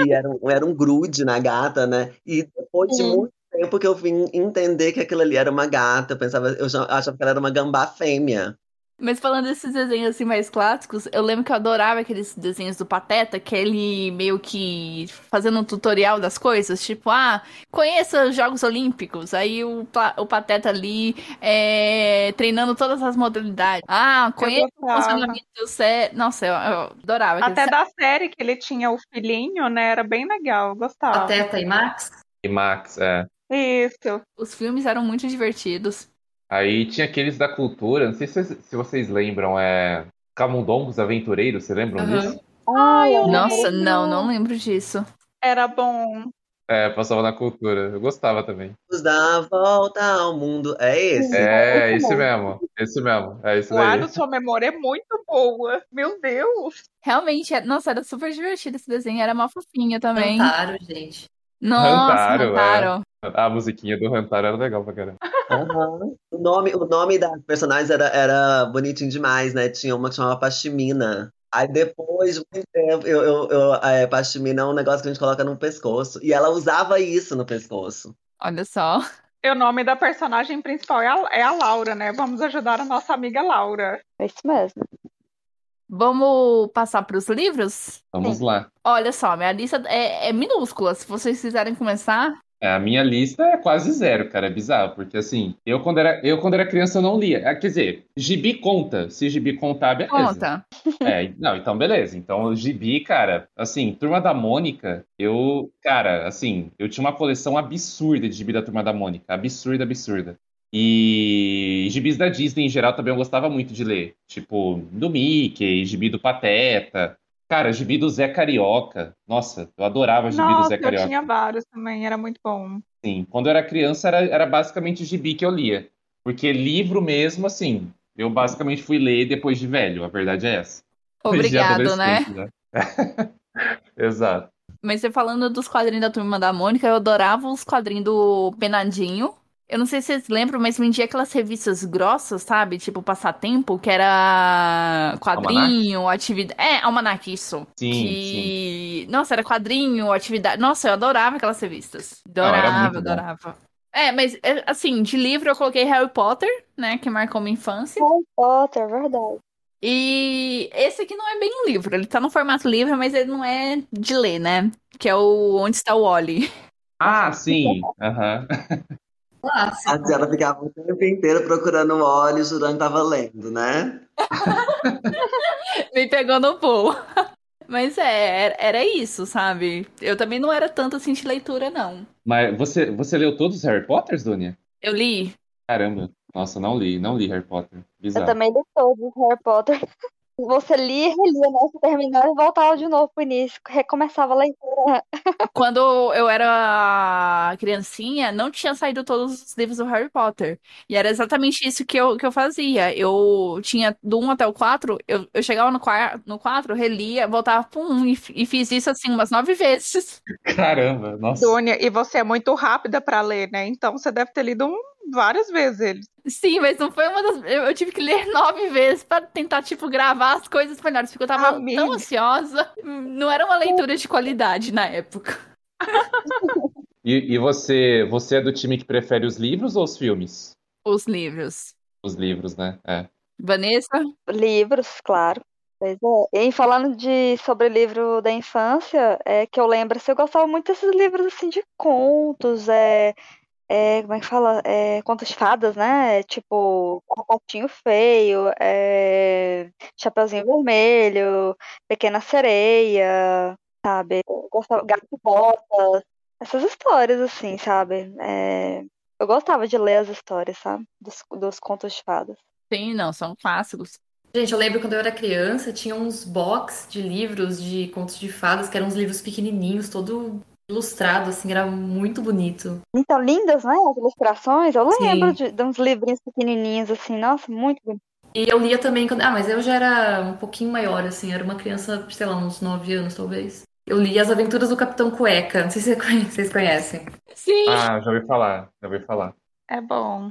e era, um, era um grude na gata, né? E depois de Sim. muito tempo que eu vim entender que aquilo ali era uma gata, eu pensava, eu já- achava que ela era uma gambá fêmea. Mas falando desses desenhos assim mais clássicos, eu lembro que eu adorava aqueles desenhos do Pateta, que é ele meio que fazendo um tutorial das coisas, tipo, ah, conheça os Jogos Olímpicos. Aí o, pa- o Pateta ali é, treinando todas as modalidades. Ah, Eu conheça o gostava. funcionamento do cérebro. Nossa, eu, eu adorava. aqueles- Até da série que ele tinha o filhinho, né? Era bem legal, eu gostava. Pateta e Max. E Max, é. Isso. Os filmes eram muito divertidos. Aí tinha aqueles da cultura, não sei se, se vocês lembram, é. Camundongos Aventureiros, vocês lembram Aham. disso? Ai, Ah, eu é Nossa, não, não lembro disso. Era bom. É, passava na cultura. Eu gostava também. Nos dá a volta ao mundo. É esse? É, esse esse mesmo. Esse mesmo. É isso daí. Claro, sua memória é muito boa. Meu Deus. Realmente, é- nossa, era super divertido esse desenho, era uma fofinha também. Tantaro, gente. Nossa, Rantaro, é. Rantaro. A musiquinha do Rantaro era legal pra caramba. Aham. O nome, o nome da personagem era, era bonitinho demais, né? Tinha uma que chamava Pashmina. Aí depois, de muito tempo, eu, eu, eu, é, Pashmina é um negócio que a gente coloca no pescoço. E ela usava isso no pescoço. Olha só. E o nome da personagem principal é a, é a Laura, né? Vamos ajudar a nossa amiga Laura. É isso mesmo. Vamos passar para os livros? Vamos Sim. lá. Olha só, minha lista é, é minúscula. Se vocês quiserem começar, É, a minha lista é quase zero, cara. É bizarro, porque assim, eu quando era, eu, quando era criança eu não lia. Ah, Quer dizer, gibi conta. Se gibi contar, beleza. conta. É, não, então beleza. Então, o gibi, cara, assim, Turma da Mônica, eu, cara, assim, eu tinha uma coleção absurda de gibi da Turma da Mônica. Absurda, absurda. E gibis da Disney em geral também eu gostava muito de ler. Tipo, do Mickey, gibi do Pateta. Cara, gibi do Zé Carioca. Nossa, eu adorava gibi do Nossa, Zé eu é Carioca. tinha vários também, era muito bom. Sim, quando eu era criança era, era basicamente gibi que eu lia. Porque livro mesmo, assim, eu basicamente fui ler depois de velho, a verdade é essa. Depois de Obrigado, né? adolescente, né? Exato. Mas você falando dos quadrinhos da Turma da Mônica, eu adorava os quadrinhos do Penadinho. Eu não sei se vocês lembram, mas vendia aquelas revistas grossas, sabe? Tipo Passatempo, que era quadrinho, atividade. É, Almanac, isso. Sim, que. Nossa, era quadrinho, atividade. Nossa, eu adorava aquelas revistas. era Adorava, muito bom. adorava. É, mas é, assim, de livro eu coloquei Harry Potter, né? Que marcou minha infância. Harry Potter, é verdade. E esse aqui não é bem um livro. Ele tá no formato livro, mas ele não é de ler, né? Que é o Onde Está o Wally. Ah, sim. Aham. A Clássico. Tiana Assim, ficava o tempo inteiro procurando o óleo, jurando que tava lendo, né? Me pegou no pulo. Mas é, era- era isso, sabe? Eu também não era tanto assim de leitura, não. Mas você, você leu todos os Harry Potters, Dunia? Eu li. Caramba. Nossa, não li, não li Harry Potter. Eu Bizarro. também li todos os Harry Potter. Você lia, lia, né? Você terminava e voltava de novo pro início. Recomeçava lá em Quando eu era criancinha, não tinha saído todos os livros do Harry Potter. E era exatamente isso que eu, que eu fazia. Eu tinha do 1 até o 4, eu, eu chegava no 4, no 4, relia, voltava pro 1 e, f- e fiz isso assim umas nove vezes. Caramba, nossa. Dunia, e você é muito rápida pra ler, né? Então você deve ter lido um- várias vezes ele. Sim, mas não foi uma das. Eu, eu tive que ler nove vezes pra tentar, tipo, gravar as coisas melhores, porque eu tava Amiga. tão ansiosa. Não era uma leitura de qualidade na época. E, e você, você é do time que prefere os livros ou os filmes? Os livros. Os livros, né? É. Vanessa? Livros, claro. Pois é. E falando de sobre livro da infância, é que eu lembro, assim, eu gostava muito desses livros assim de contos, é, é, como é que fala? É, contos de fadas, né? Tipo, Patinho Feio, é, Chapeuzinho Vermelho, Pequena Sereia, sabe? Eu gostava, Gato e Botas, essas histórias assim, sabe? É, eu gostava de ler as histórias, sabe? Dos, dos contos de fadas. Sim, não, são clássicos. Gente, eu lembro quando eu era criança, tinha uns box de livros de contos de fadas, que eram uns livros pequenininhos, todo ilustrado, assim, era muito bonito. Então, lindas, né? As ilustrações. Eu Sim. lembro de, de uns livrinhos pequenininhos, assim. Nossa, muito bonito. E eu lia também quando... Ah, mas eu já era um pouquinho maior, assim, era uma criança, sei lá, uns 9 anos, talvez. Eu li As Aventuras do Capitão Cueca, não sei se vocês conhecem. Sim. Ah, já ouvi falar, já ouvi falar. É bom.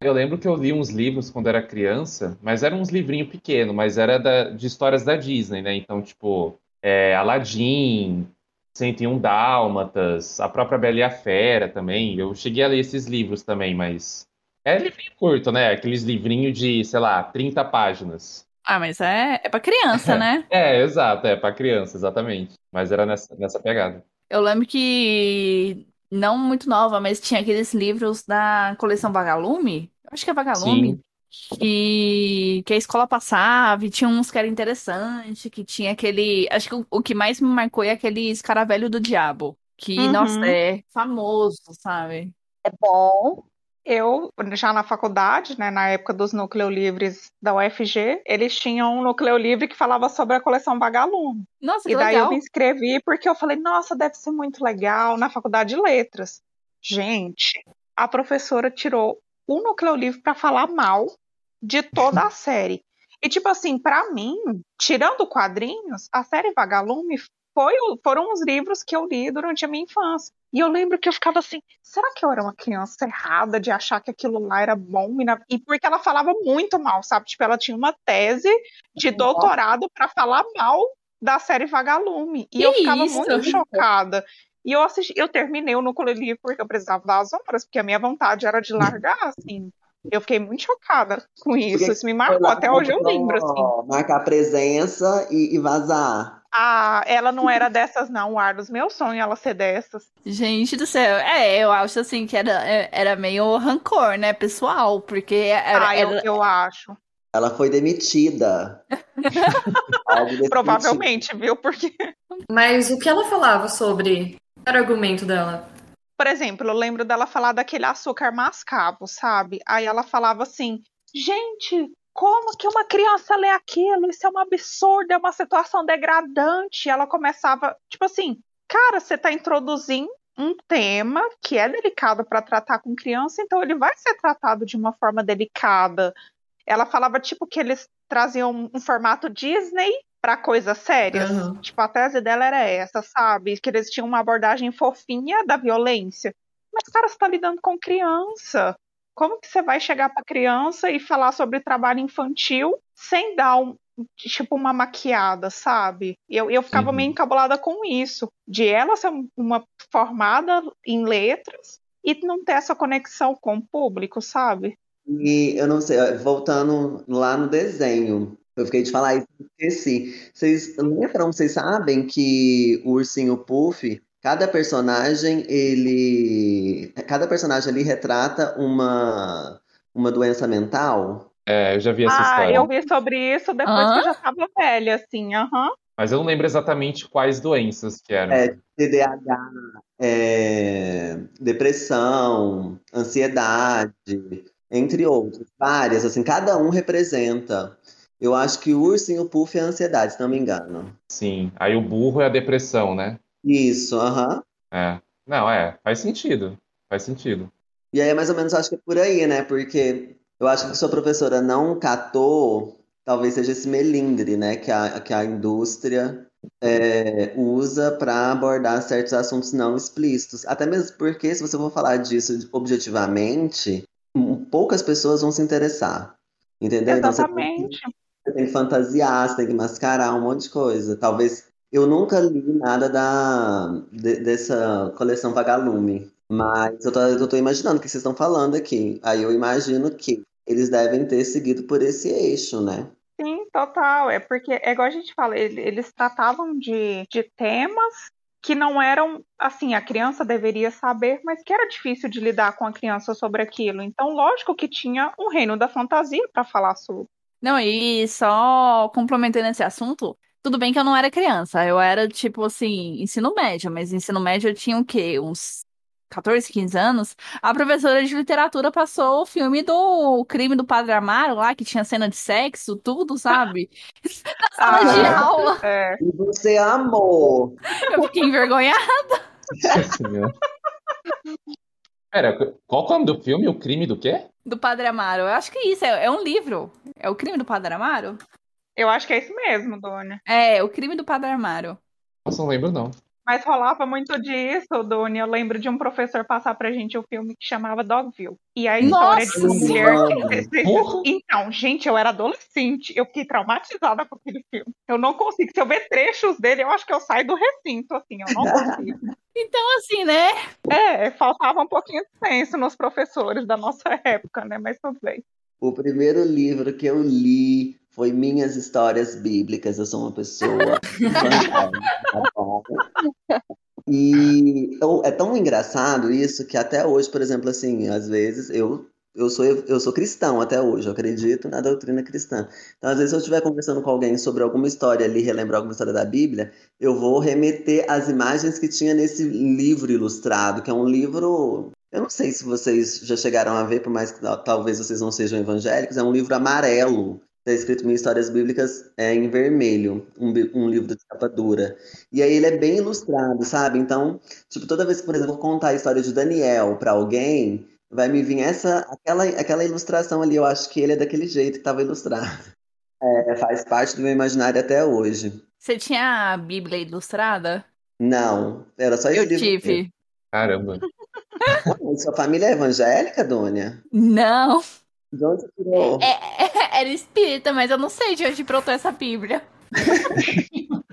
Eu lembro que eu li uns livros quando era criança, mas eram uns livrinhos pequenos, mas era da- de histórias da Disney, né? Então, tipo, é, Aladdin, 101 Dálmatas, a própria Bela e a Fera também. Eu cheguei a ler esses livros também, mas é livrinho curto, né? Aqueles livrinhos de, sei lá, 30 páginas. Ah, mas é, é pra criança, né? É, exato, é para criança, exatamente. Mas era nessa, nessa pegada. Eu lembro que, não muito nova, mas tinha aqueles livros da coleção Vagalume. Eu Acho que é Ah, Vagalume. Que, que a escola passava e tinha uns que era interessante, que tinha aquele. Acho que o, o que mais me marcou é aquele escaravelho do diabo. Que, Uhum. nossa, é famoso, sabe? É bom. Eu, já na faculdade, né, na época dos núcleo livres da UFG, eles tinham um núcleo livre que falava sobre a coleção Vagalume. Nossa, que E daí legal. eu me inscrevi porque eu falei, nossa, deve ser muito legal na faculdade de letras. Gente, a professora tirou um núcleo livre para falar mal de toda a série. E tipo assim, para mim, tirando quadrinhos, a série Vagalume foi, o- foram os livros que eu li durante a minha infância. E eu lembro que eu ficava assim, será que eu era uma criança errada de achar que aquilo lá era bom? E, na- e porque ela falava muito mal, sabe? Tipo, ela tinha uma tese de doutorado para falar mal da série Vagalume. E Que eu ficava isso? muito chocada. E eu assisti, eu terminei o núcleo livre porque eu precisava das horas, porque a minha vontade era de largar, assim. Eu fiquei muito chocada com isso. Porque Isso me marcou. Até hoje eu lembro, assim. Marcar presença e, e vazar. Ah, ela não era dessas, não, Arlos. Meu sonho é ela ser dessas. Gente do céu, é, eu acho assim que era, é, era meio rancor, né, pessoal, porque era, ah, eu, era- eu acho. Ela foi demitida. Algo desse Provavelmente, viu? Porque, Mas o que ela falava sobre... Qual Era o argumento dela. por exemplo, eu lembro dela falar daquele açúcar mascavo, sabe? Aí ela falava assim: gente, como que uma criança lê aquilo? Isso é um absurdo, é uma situação degradante. E ela começava, tipo assim, cara, você tá introduzindo um tema que é delicado para tratar com criança, então ele vai ser tratado de uma forma delicada. Ela falava, tipo, que eles traziam um- um formato Disney para coisas sérias. Aham. Tipo, a tese dela era essa, sabe? Que eles tinham uma abordagem fofinha da violência. Mas, cara, você tá lidando com criança. Como que você vai chegar pra criança e falar sobre trabalho infantil sem dar um, tipo, uma maquiada, sabe? Eu, eu ficava Uhum. meio encabulada com isso. De ela ser um- uma formada em letras e não ter essa conexão com o público, sabe? tipo. E eu não sei, voltando lá no desenho, eu fiquei de falar isso, esqueci. Vocês lembram, vocês sabem que o ursinho Puff, cada personagem, ele. Cada personagem ali retrata uma, uma doença mental? É, eu já vi essa Ah, história. eu vi sobre isso depois Hã? que eu já tava velha, assim, aham. Mas eu não lembro exatamente quais doenças que eram. É. TDAH, é, depressão, ansiedade, entre outros, várias, assim, cada um representa. Eu acho que o urso e o puff é a ansiedade, se não me engano. Sim. Aí o burro é a depressão, né? Isso, aham. É. Não, é. Faz sentido. Faz sentido. E aí, mais ou menos, eu acho que é por aí, né? Porque eu acho que sua professora não catou, talvez seja esse melindre, né? Que a, que a indústria é, usa para abordar certos assuntos não explícitos. Até mesmo porque, se você for falar disso objetivamente, m- poucas pessoas vão se interessar. Entendeu? tá Então, você Exatamente. você tem que fantasiar, você tem que mascarar um monte de coisa. Talvez eu nunca li nada da de- dessa coleção Vagalume, mas eu tô, eu tô imaginando o que vocês estão falando aqui. Aí eu imagino que eles devem ter seguido por esse eixo, né? Sim, total. É porque, é igual a gente fala, ele- eles tratavam de, de temas que não eram, assim, a criança deveria saber, mas que era difícil de lidar com a criança sobre aquilo. Então, lógico que tinha um reino da fantasia para falar sobre. Não, e só complementando esse assunto, tudo bem que eu não era criança, eu era tipo assim, ensino médio, mas ensino médio eu tinha o quê? Uns 14, 15 anos. A professora de literatura passou o filme do Crime do Padre Amaro lá, que tinha cena de sexo, tudo, sabe? Na sala de Ah. aula. É, E você amou! Eu fiquei envergonhada. Nossa Senhora. Pera, qual que é o nome do filme? O crime do quê? Do Padre Amaro. Eu acho que isso, é, é um livro. É o crime do Padre Amaro? eu acho que é isso mesmo, Dona. É, o crime do Padre Amaro. Nossa, não lembro, não. Mas rolava muito disso, Dona. Eu lembro de um professor passar pra gente o filme que chamava Dogville. E a história de uma Nossa mulher Senhora! que- Porra! Então, gente, eu era adolescente, eu fiquei traumatizada com aquele filme. Eu não consigo. Se eu ver trechos dele, eu acho que eu saio do recinto, assim, eu não consigo. Então, assim, né? É, faltava um pouquinho de senso nos professores da nossa época, né? Mas tudo bem. O primeiro livro que eu li foi Minhas Histórias Bíblicas. Eu sou uma pessoa fantástica. E eu- é tão engraçado isso que até hoje, por exemplo, assim, às vezes eu, eu sou, eu sou cristão até hoje, eu acredito na doutrina cristã. Então, às vezes, se eu estiver conversando com alguém sobre alguma história ali, relembrar alguma história da Bíblia, eu vou remeter às imagens que tinha nesse livro ilustrado, que é um livro eu não sei se vocês já chegaram a ver, por mais que tal- talvez vocês não sejam evangélicos, é um livro amarelo. Está escrito Minhas Histórias Bíblicas é, em vermelho, um, bi- um livro de capa dura. E aí ele é bem ilustrado, sabe? Então, tipo, toda vez que, por exemplo, eu contar a história de Daniel para alguém, vai me vir essa, aquela, aquela ilustração ali. Eu acho que ele é daquele jeito que estava ilustrado. É, faz parte do meu imaginário até hoje. Você tinha a Bíblia ilustrada? Não, era só esse Eu livro. mesmo. tive. Caramba. Ué, sua família é evangélica, Dônia? Não. De onde você tirou? É, era espírita, mas eu não sei de onde brotou essa Bíblia.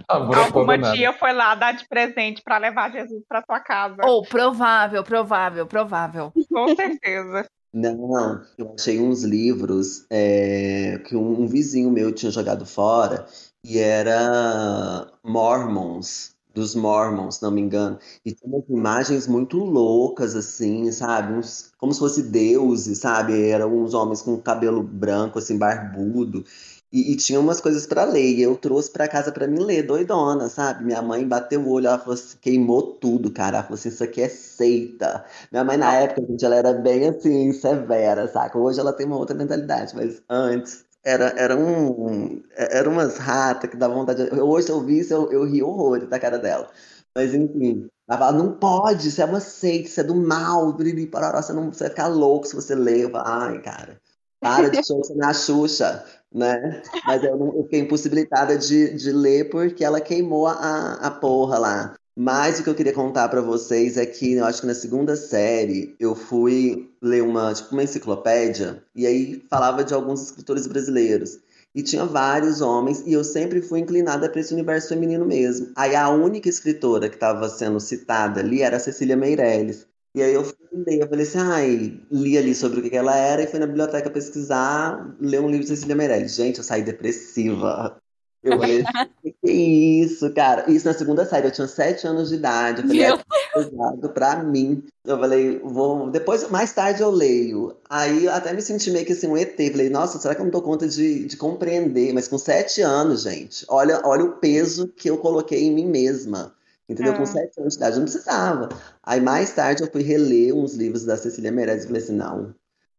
Amor Alguma abandonado. tia foi lá dar de presente pra levar Jesus pra sua casa. Ou provável, provável, provável. Com certeza. Não, eu achei uns livros é, que um, um vizinho meu tinha jogado fora e era Mormons, dos Mormons, se não me engano. E tinha umas imagens muito loucas, assim, sabe? Uns- como se fosse deuses, sabe? Eram uns homens com cabelo branco, assim, barbudo. E, e tinha umas coisas pra ler. E eu trouxe pra casa pra mim ler, doidona, sabe? Minha mãe bateu o olho, ela falou assim, queimou tudo, cara. Ela falou assim, isso aqui é seita. Minha mãe, na época, gente, ela era bem assim, severa, saca? Hoje ela tem uma outra mentalidade, mas antes era, era um. Era umas ratas que dá vontade. de- Hoje, se eu vi isso, eu, eu ri horror da cara dela. Mas enfim, ela fala, não pode, isso é uma seita, isso é do mal, briri, parará, você não você vai ficar louco se você ler. Eu falo, Ai, cara, para de chorar na Xuxa, né? Mas eu, não- eu fiquei impossibilitada de, de ler porque ela queimou a, a porra lá. Mas o que eu queria contar pra vocês é que eu acho que na segunda série eu fui ler uma, tipo, uma enciclopédia e aí falava de alguns escritores brasileiros. E tinha vários homens e eu sempre fui inclinada pra esse universo feminino mesmo. Aí a única escritora que estava sendo citada ali era a Cecília Meirelles. E aí eu fui ler, eu falei assim, ai, li ali sobre o que que ela era e fui na biblioteca pesquisar, ler um livro de Cecília Meirelles. Gente, eu saí depressiva. Eu falei, que é isso, cara? Isso na segunda série, eu tinha sete anos de idade. Eu falei, Meu é pesado pra mim. Eu falei, vou. Depois, mais tarde eu leio. Aí eu até me senti meio que assim, um ET. Falei, nossa, será que eu não dou conta de, de compreender? Mas com sete anos, gente, olha, olha o peso que eu coloquei em mim mesma. Entendeu? Ah. Com sete anos de idade, eu não precisava. Aí mais tarde eu fui reler uns livros da Cecília Meirelles e falei assim, não.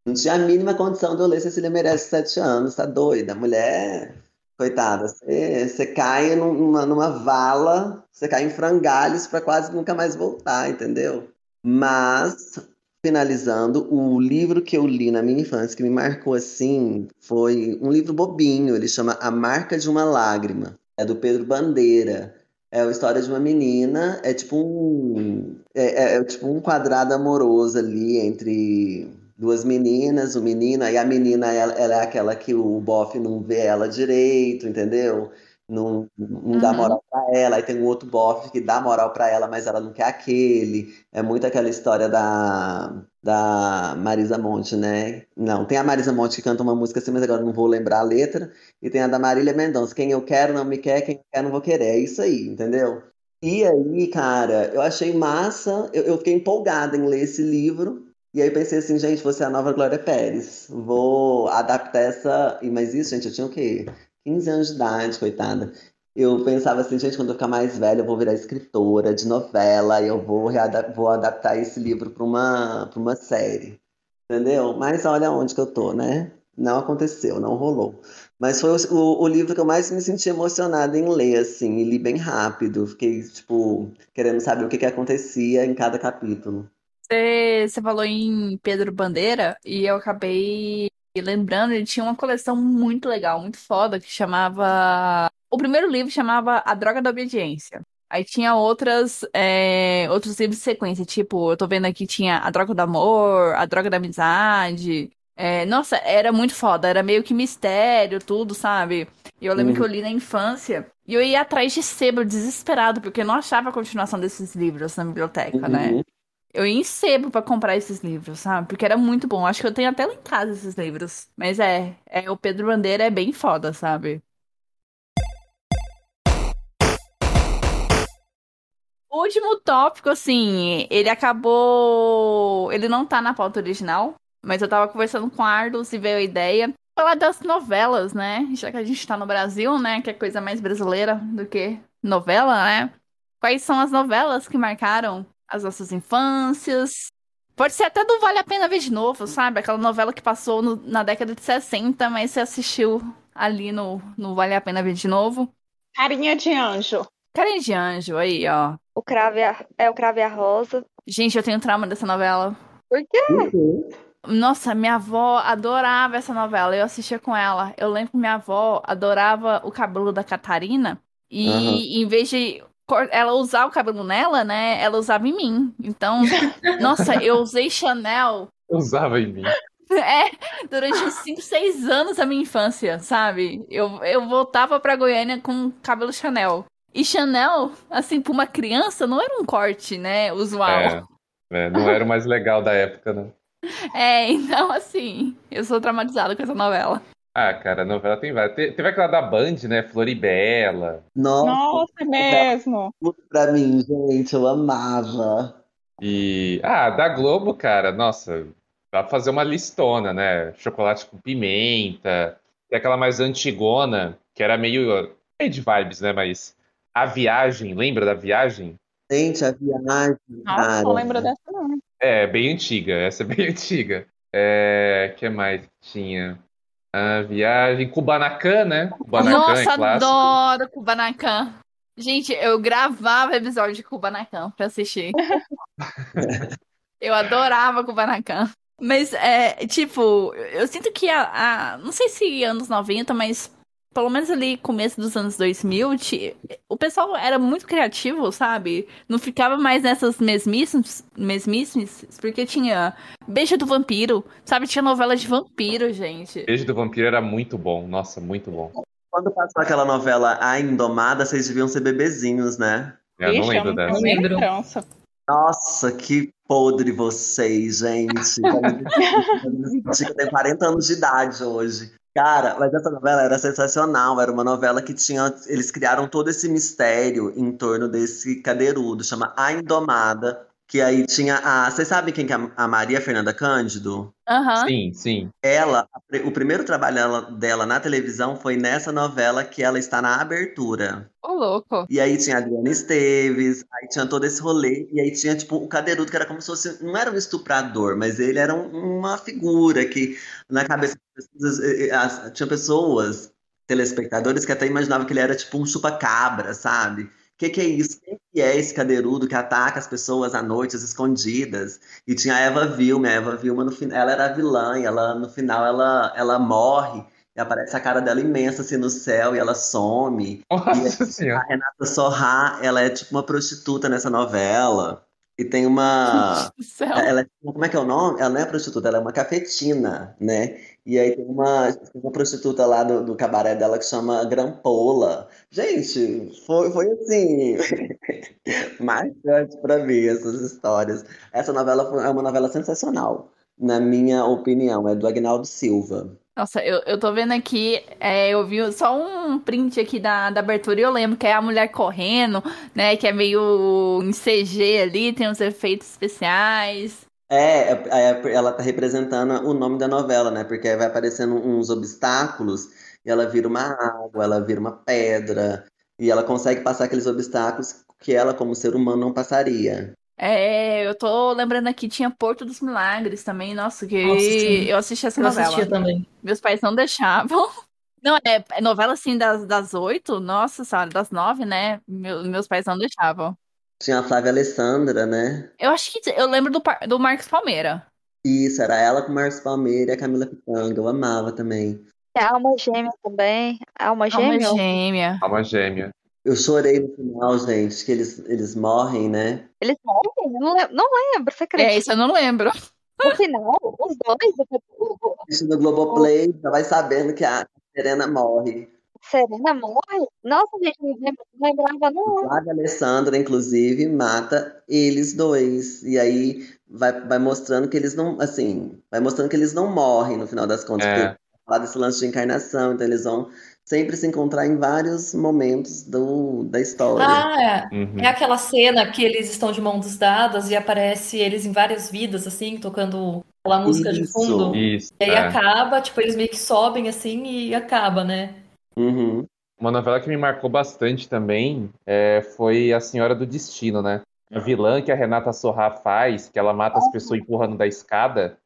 Não tinha a mínima condição de eu ler Cecília Meirelles com sete anos, tá doida. Mulher, coitada, você cai numa, numa vala, você cai em frangalhos para quase nunca mais voltar, entendeu? Mas, finalizando, o livro que eu li na minha infância, que me marcou assim, foi um livro bobinho, ele chama A Marca de uma Lágrima, é do Pedro Bandeira. É a história de uma menina, é tipo um, é, é, é tipo um quadrado amoroso ali entre duas meninas, o um menino, aí a menina ela, ela, é aquela que o bofe não vê ela direito, entendeu? Não, não uhum. dá moral para ela, aí tem um outro bofe que dá moral para ela, mas ela não quer aquele. É muito aquela história da, da Marisa Monte, né? Não, tem a Marisa Monte que canta uma música assim, mas agora não vou lembrar a letra, e tem a da Marília Mendonça, quem eu quero não me quer, quem eu quero não vou querer. É isso aí, entendeu? E aí, cara, eu achei massa, eu, eu fiquei empolgada em ler esse livro, e aí pensei assim, gente, você é a nova Glória Pérez. Vou adaptar essa. Mas isso, gente, eu tinha o quê? 15 anos de idade, coitada. Eu pensava assim, gente, quando eu ficar mais velha, eu vou virar escritora de novela, e eu vou, readap... vou adaptar esse livro para uma... Pra uma série. Entendeu? Mas olha onde que eu tô, né? Não aconteceu, não rolou. Mas foi o, o livro que eu mais me senti emocionada em ler, assim, e li bem rápido. Fiquei, tipo, querendo saber o que, que acontecia em cada capítulo. Você, você falou em Pedro Bandeira e eu acabei lembrando, ele tinha uma coleção muito legal, muito foda, que chamava. O primeiro livro chamava A Droga da Obediência. Aí tinha outras, é, outros livros de sequência, tipo, eu tô vendo aqui tinha A Droga do Amor, A Droga da Amizade. É, nossa, era muito foda, era meio que mistério, tudo, sabe? E eu lembro uhum. que eu li na infância e eu ia atrás de sebo, desesperado, porque eu não achava a continuação desses livros na biblioteca, uhum. né? Eu ia em sebo pra comprar esses livros, sabe? Porque era muito bom. Acho que eu tenho até lá em casa esses livros. Mas é, é o Pedro Bandeira é bem foda, sabe? O último tópico, assim, ele acabou. Ele não tá na pauta original, mas eu tava conversando com a Arlos e veio a ideia. Falar das novelas, né? Já que a gente tá no Brasil, né? Que é coisa mais brasileira do que novela, né? Quais são as novelas que marcaram as nossas infâncias. Pode ser até do Vale a Pena Ver de Novo, sabe? Aquela novela que passou no, na década de 60, mas você assistiu ali no, no Vale a Pena Ver de Novo. Carinha de Anjo. Carinha de Anjo, aí, ó. O Crave a, é o Crave a Rosa. Gente, eu tenho trauma dessa novela. Por quê? Uhum. Nossa, minha avó adorava essa novela. Eu assistia com ela. Eu lembro que minha avó adorava o cabelo da Catarina. E uhum. em vez de ela usar o cabelo nela, né? Ela usava em mim. Então, nossa, eu usei Chanel. Usava em mim. É, durante uns 5, 6 anos da minha infância, sabe? Eu, eu voltava pra Goiânia com cabelo Chanel. E Chanel, assim, pra uma criança, não era um corte, né? Usual. É, é, não era o mais legal da época, né? É, então, assim, eu sou traumatizada com essa novela. Ah, cara, a novela tem várias. Te, teve aquela da Band, né? Floribela. Nossa, Nossa é mesmo. Pra mim, gente, eu amava. E. Ah, da Globo, cara, nossa, dá pra fazer uma listona, né? Chocolate com pimenta. Tem aquela mais antigona, que era meio. É de vibes, né? Mas. A Viagem, lembra da Viagem? Gente, a Viagem. Nossa, cara. não lembro dessa, não. É, bem antiga, essa é bem antiga. É. que mais que tinha? A viagem Kubanacan, né? Kubanacan Nossa, é clássico. adoro Kubanacan. Gente, eu gravava episódio de Kubanacan pra assistir. eu adorava Kubanacan. Mas, é, tipo, eu sinto que a, a, Não sei se anos 90, mas pelo menos ali começo dos anos 2000, o pessoal era muito criativo, sabe? Não ficava mais nessas mesmices, mesmices porque tinha Beijo do Vampiro, sabe? Tinha novela de vampiro, gente. Beijo do Vampiro era muito bom, nossa, muito bom. Quando passou aquela novela A Indomada, vocês deviam ser bebezinhos, né? Eu não lembro dessa. Não lembro. Nossa, que podre vocês, gente. Eu tenho 40 anos de idade hoje. Cara, mas essa novela era sensacional. Era uma novela que tinha. Eles criaram todo esse mistério em torno desse cadeirudo, chama A Indomada. Que aí tinha a. Vocês sabem quem que é a Maria Fernanda Cândido? Aham. Sim, sim. Ela, a pri- o primeiro trabalho ela- dela na televisão foi nessa novela que ela está na abertura. Ô, louco. E aí tinha a Adriana Esteves, aí tinha todo esse rolê, e aí tinha, tipo, o Cadeirudo, que era como se fosse. Não era um estuprador, mas ele era um- uma figura que, na cabeça das pessoas, eh, eh, as- tinha pessoas, telespectadores, que até imaginavam que ele era, tipo, um chupa-cabra, sabe? O que, que é isso? Quem que é esse cadeirudo que ataca as pessoas à noite, as escondidas? E tinha a Eva Vilma, a Eva Vilma, no final, ela era a vilã, e ela, no final, ela, ela morre, e aparece a cara dela imensa, assim, no céu, e ela some. Nossa senhora. A Renata Sorra, ela é tipo uma prostituta nessa novela. E tem uma. Gente do céu. Ela é- como é que é o nome? Ela não é prostituta, ela é uma cafetina, né? E aí tem uma, uma prostituta lá do, do cabaré dela que chama Grampola. Gente, foi, foi assim. marcante pra mim essas histórias. Essa novela foi- é uma novela sensacional, na minha opinião. É do Agnaldo Silva. Nossa, eu, eu tô vendo aqui, é, eu vi só um print aqui da, da abertura e eu lembro que é a mulher correndo, né? Que é meio em CG ali, tem uns efeitos especiais. É, é, é, ela tá representando o nome da novela, né? Porque aí vai aparecendo uns obstáculos e ela vira uma água, ela vira uma pedra e ela consegue passar aqueles obstáculos que ela, como ser humano, não passaria. É, eu tô lembrando aqui, tinha Porto dos Milagres também, nossa, que Nossa, sim. eu assisti essa Eu novela. assistia também. Meus pais não deixavam. Não, é, é novela assim das, das oito, nossa senhora, das nove, né? Meu- meus pais não deixavam. Tinha a Flávia Alessandra, né? Eu acho que eu lembro do, Par- do Marcos Palmeira. Isso, era ela com o Marcos Palmeira e a Camila Pitanga. Eu amava também. Tem é a alma gêmea também. A É alma Alma gêmea? gêmea. Alma gêmea. Eu chorei no final, gente, que eles, eles morrem, né? Eles morrem? Eu Não lembro, não lembro você acredita? É, isso eu não lembro. No final, os dois, o- o- o- Assistindo o Globoplay, já vai sabendo que a Serena morre. Serena morre? Nossa, gente, não lembra- não lembrava não. Flávia Alessandra, inclusive, mata eles dois. E aí vai, vai mostrando que eles não, assim, vai mostrando que eles não morrem no final das contas. É. Porque falar desse lance de encarnação, então eles vão sempre se encontrar em vários momentos do, da história. Ah, é. Uhum. É aquela cena que eles estão de mãos dadas e aparece eles em várias vidas, assim, tocando aquela música de Isso. fundo. Isso. E aí é. acaba, tipo, eles meio que sobem assim e acaba, né? Uhum. Uma novela que me marcou bastante também é, foi A Senhora do Destino, né? A vilã que a Renata Sorrah faz, que ela mata as pessoas empurrando da escada.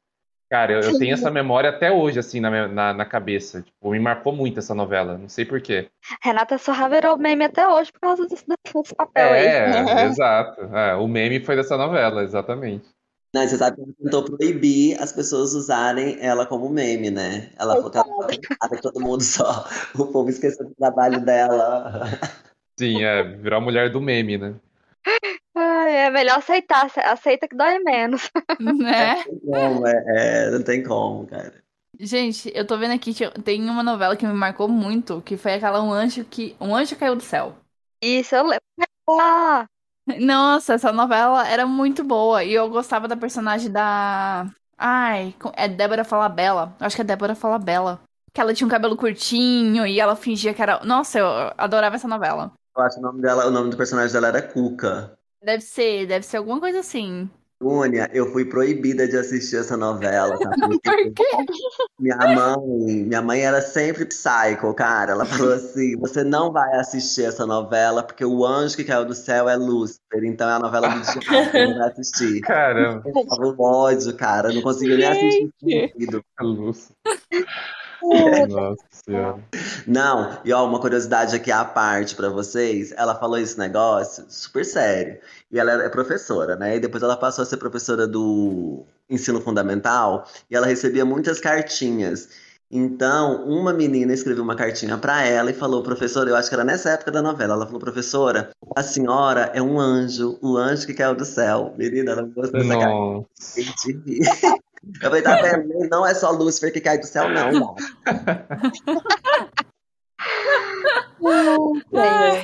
Cara, eu, eu tenho essa memória até hoje, assim, na, me- na, na cabeça. Tipo, me marcou muito essa novela, não sei porquê. Renata Sorra virou meme até hoje por causa desse, desse papel aí. É, exato. É, o meme foi dessa novela, exatamente. Não, você sabe que ela tentou proibir as pessoas usarem ela como meme, né? Ela falou que ela tava cansada que todo mundo só. O povo esqueceu do trabalho dela. Sim, é, virou a mulher do meme, né? Ai, é melhor aceitar, ace- aceita que dói menos. Né? Não, é, é, não tem como, cara. Gente, eu tô vendo aqui que eu- tem uma novela que me marcou muito, que foi aquela Um Anjo que Um Anjo Caiu do Céu. Isso, eu lembro. Ah, Nossa, essa novela era muito boa e eu gostava da personagem da Ai, co- é Débora Falabella. Acho que é Débora Falabella. Que ela tinha um cabelo curtinho e ela fingia que era. Nossa, eu adorava essa novela. Eu acho que o nome dela, o nome do personagem dela era Cuca. Deve ser, deve ser alguma coisa assim. Cunha, eu fui proibida de assistir essa novela, sabe? Por quê? Minha mãe, minha mãe era sempre psycho, cara. Ela falou assim: você não vai assistir essa novela, porque o anjo que caiu do céu é Lúcifer, então é a novela do diabo, você não vai assistir. Caramba, Eu tava um ódio, cara. Eu não conseguia nem assistir Gente. sentido. a luz. Nossa senhora. Não, e ó, uma curiosidade aqui à parte pra vocês. Ela falou esse negócio super sério. E ela é professora, né? E depois ela passou a ser professora do ensino fundamental e ela recebia muitas cartinhas. Então, uma menina escreveu uma cartinha pra ela e falou: professora, eu acho que era nessa época da novela. Ela falou: professora, a senhora é um anjo, o anjo que caiu do céu. Menina, ela me mostrou essa cartinha. Nossa. Entendi. Eu falei, tá vendo? Não é só Lúcifer que cai do céu, não. gata. Ai.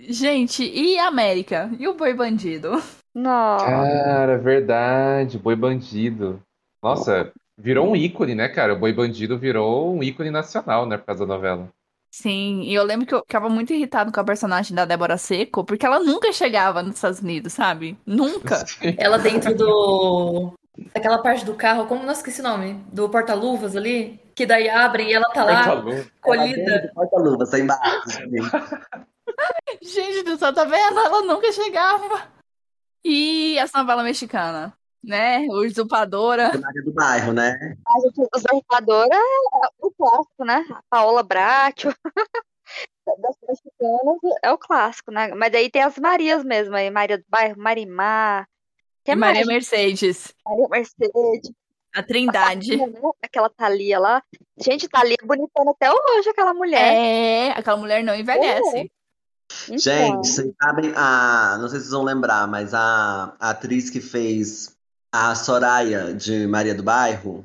Gente, e América? E o Boi Bandido? não. Cara, verdade, Boi Bandido. Nossa, virou um ícone, né, cara? O Boi Bandido virou um ícone nacional, né, por causa da novela. Sim, e eu lembro que eu ficava muito irritado com a personagem da Débora Seco, porque ela nunca chegava nos Estados Unidos, sabe? Nunca. Ela dentro do. Daquela parte do carro, como não esqueci o nome? Do porta-luvas ali? Que daí abre e ela tá lá, colhida. Porta-luva, sem barras. Gente do céu, tá vendo? Ela nunca chegava. E a novela mexicana, né? Usurpadora. do bairro, né? A gente, os usurpadora é o clássico, né? A Paola Bracho. Das mexicanas é o clássico, né? Mas daí tem as Marias mesmo aí. Maria do Bairro, Marimar. Que é E Maria mais? Mercedes. Maria Mercedes. A Trindade. né? Aquela Thalia lá. Gente, Thalia é bonitona até hoje, aquela mulher. É, aquela mulher não envelhece. Então, Gente, vocês sabem a. Não sei se vocês vão lembrar, mas a, a atriz que fez a Soraya de Maria do Bairro.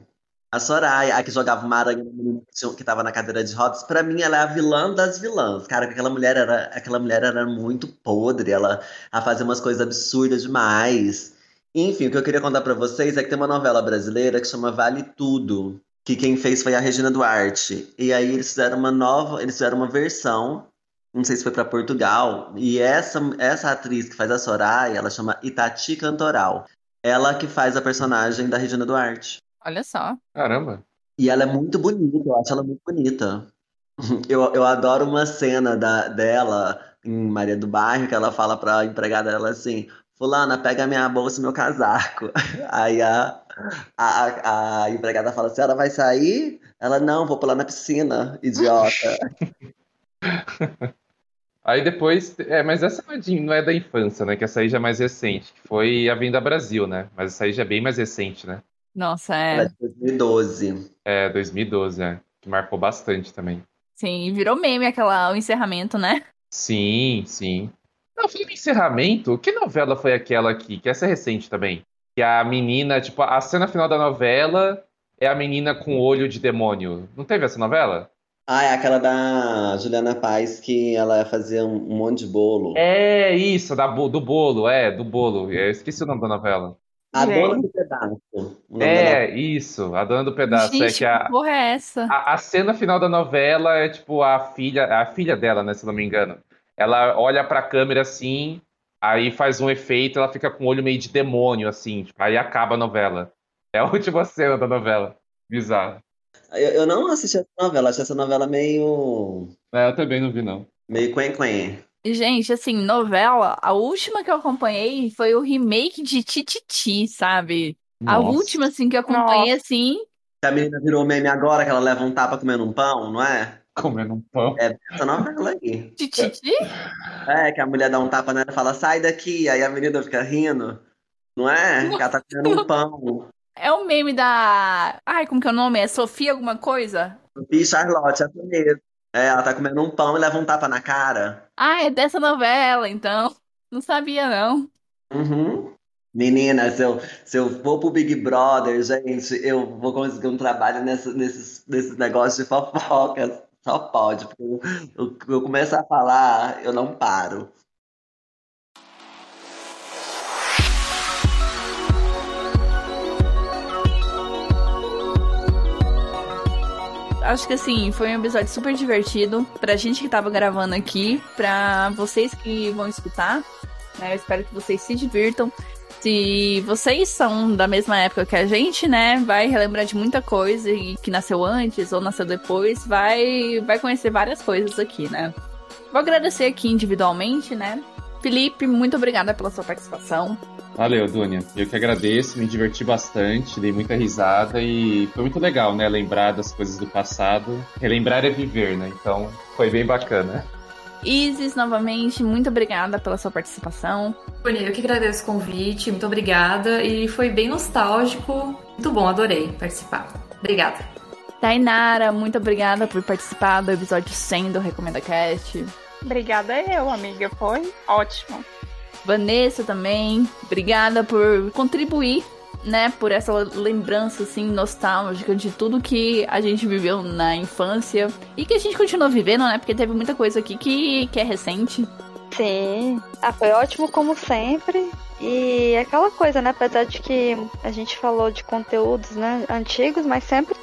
A Soraya, a que jogava uma aranha no menino que tinha- que tava na cadeira de rodas, pra mim ela é a vilã das vilãs. Cara, aquela mulher era, aquela mulher era muito podre, ela, ela fazia umas coisas absurdas demais. Enfim, o que eu queria contar pra vocês é que tem uma novela brasileira que chama Vale Tudo, que quem fez foi a Regina Duarte. E aí eles fizeram uma nova, eles fizeram uma versão não sei se foi para Portugal, e essa, essa atriz que faz a Soraya, ela chama Itati Cantoral. Ela que faz a personagem da Regina Duarte. Olha só. Caramba. E ela é muito bonita, eu acho ela muito bonita. Eu, eu adoro uma cena da, dela em Maria do Bairro, que ela fala pra empregada dela assim: Fulana, pega minha bolsa e meu casaco. Aí a, a, a- a empregada fala: A senhora vai sair? Ela: Não, vou pular na piscina, idiota. Aí depois. É, mas essa não é de- não é da infância, né? Que essa aí já é mais recente. Que foi a Vinda Brasil, né? Mas essa aí já é bem mais recente, né? Nossa, Ela é é. de 2012. É, 2012, é. Que marcou bastante também. Sim, virou meme aquela, o encerramento, né? Sim, sim. Não, falando em encerramento, que novela foi aquela aqui? Que essa é recente também. Que a menina, tipo, a cena final da novela é a menina com olho de demônio. Não teve essa novela? Ah, é aquela da Juliana Paz que ela fazia um um monte de bolo. É isso, da, bo- do bolo, é, do bolo. Eu esqueci o nome da novela. A Dona Gente. do Pedaço. o nome da É, isso, a dona do pedaço. É Gente, que a, que porra é essa? A, a cena final da novela é tipo a filha, a filha dela, né, se não me engano. Ela olha pra câmera assim, aí faz um efeito, ela fica com o olho meio de demônio assim, tipo, aí acaba a novela. É a última cena da novela. Bizarro. novela. Eu, eu não assisti essa novela, achei essa novela meio. É, eu também não vi não. meio quen-quen. Gente, assim, novela, a última que eu acompanhei foi o remake de Tititi, sabe? A Nossa. última, assim, que eu acompanhei, assim, Que a menina virou meme agora, que ela leva um tapa comendo um pão, não é? Comendo um pão. É essa novela aí. Tititi? É, que a mulher dá um tapa nela e fala, sai daqui, aí a menina fica rindo. Não é? Que ela tá comendo um pão. É o meme da. Ai, como que é o nome? É Sofia alguma coisa? E Charlotte, é a primeira. É, ela tá comendo um pão e leva um tapa na cara. Ah, é dessa novela, então. Não sabia, não. Uhum. Menina, se eu, se eu for pro Big Brother, gente, eu vou conseguir um trabalho nessa- nesses, nesses negócios de fofoca. Só pode, porque eu, eu, eu começo a falar, eu não paro. Acho que assim, foi um episódio super divertido pra gente que tava gravando aqui, pra vocês que vão escutar, né? Eu espero que vocês se divirtam. Se vocês são da mesma época que a gente, né, vai relembrar de muita coisa e que nasceu antes ou nasceu depois, vai vai conhecer várias coisas aqui, né? Vou agradecer aqui individualmente, né? Felipe, muito obrigada pela sua participação. Valeu, Dunia. Eu que agradeço, me diverti bastante, dei muita risada e foi muito legal, né? Lembrar das coisas do passado. Relembrar é viver, né? Então foi bem bacana. Isis, novamente, muito obrigada pela sua participação. Bonito, eu que agradeço o convite, muito obrigada. E foi bem nostálgico. Muito bom, adorei participar. Obrigada. Tainara, muito obrigada por participar do episódio 100 do Recomenda Cast. Obrigada eu, amiga. Foi ótimo. Vanessa também, obrigada por contribuir, né, por essa lembrança assim nostálgica de tudo que a gente viveu na infância e que a gente continua vivendo, né, porque teve muita coisa aqui que, que é recente. Sim. Ah, foi ótimo como sempre. E é aquela coisa, né? Apesar de que a gente falou de conteúdos né, antigos, mas sempre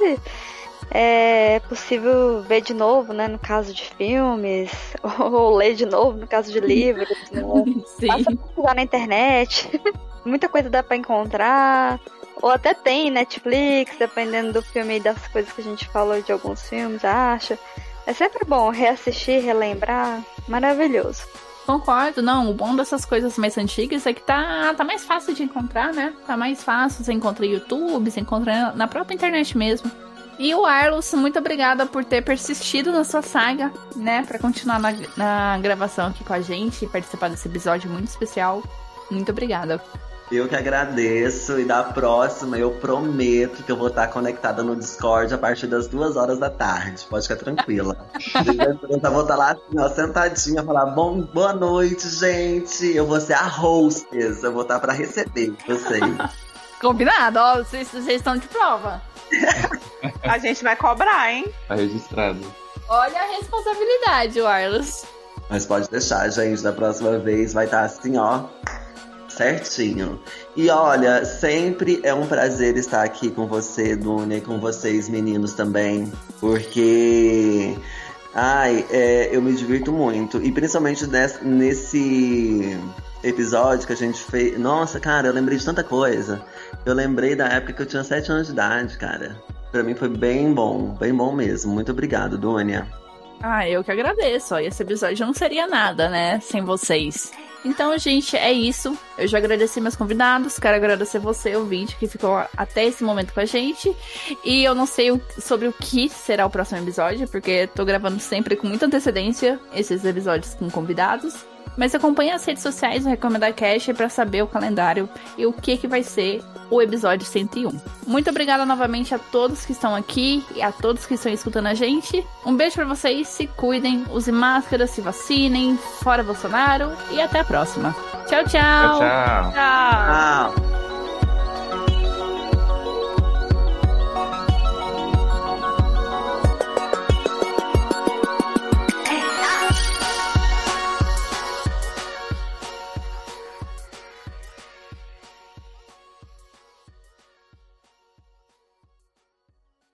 é possível ver de novo, né? No caso de filmes, ou ler de novo, no caso de livros. Né? Sim. Basta pesquisar na internet. Muita coisa dá pra encontrar. Ou até tem Netflix, dependendo do filme e das coisas que a gente falou de alguns filmes, acha. É sempre bom reassistir, relembrar. Maravilhoso. Concordo, não. O bom dessas coisas mais antigas é que tá, tá mais fácil de encontrar, né? Tá mais fácil. Você encontra no YouTube, você encontra na própria internet mesmo. E o Arlos, muito obrigada por ter persistido na sua saga, né? Pra continuar na, na gravação aqui com a gente e participar desse episódio muito especial. Muito obrigada. Eu que agradeço e da próxima eu prometo que eu vou estar conectada no Discord a partir das duas horas da tarde. Pode ficar tranquila. eu vou estar lá assim, ó, sentadinha, falar bom, boa noite, gente. Eu vou ser a hostess, eu vou estar para receber vocês. Combinado, ó. Vocês vocês estão de prova. É. A gente vai cobrar, hein? Tá registrado. Olha a responsabilidade, o Arlos. Mas pode deixar, gente. Da próxima vez vai estar assim, ó. Certinho. E olha, sempre é um prazer estar aqui com você, Dunia, e com vocês, meninos, também. Porque. Ai, é, eu me divirto muito. E principalmente nes- nesse episódio que a gente fez. Nossa, cara, eu lembrei de tanta coisa. Eu lembrei da época que eu tinha 7 anos de idade, cara. Pra mim foi bem bom, bem bom mesmo. Muito obrigado, Dunia. Ah, eu que agradeço. ó. Esse episódio não seria nada, né? Sem vocês. Então, gente, é isso. Eu já agradeci meus convidados. Quero agradecer você, ouvinte, que ficou até esse momento com a gente. E eu não sei o- sobre o que será o próximo episódio, porque tô gravando sempre com muita antecedência esses episódios com convidados. Mas acompanhe as redes sociais do Recomendar Cash pra saber o calendário e o que, que vai ser o episódio 101. Muito obrigada novamente a todos que estão aqui e a todos que estão escutando a gente. Um beijo pra vocês, se cuidem, usem máscara, se vacinem, fora Bolsonaro e até a próxima. Tchau, tchau. Tchau, tchau. Tchau. Ah.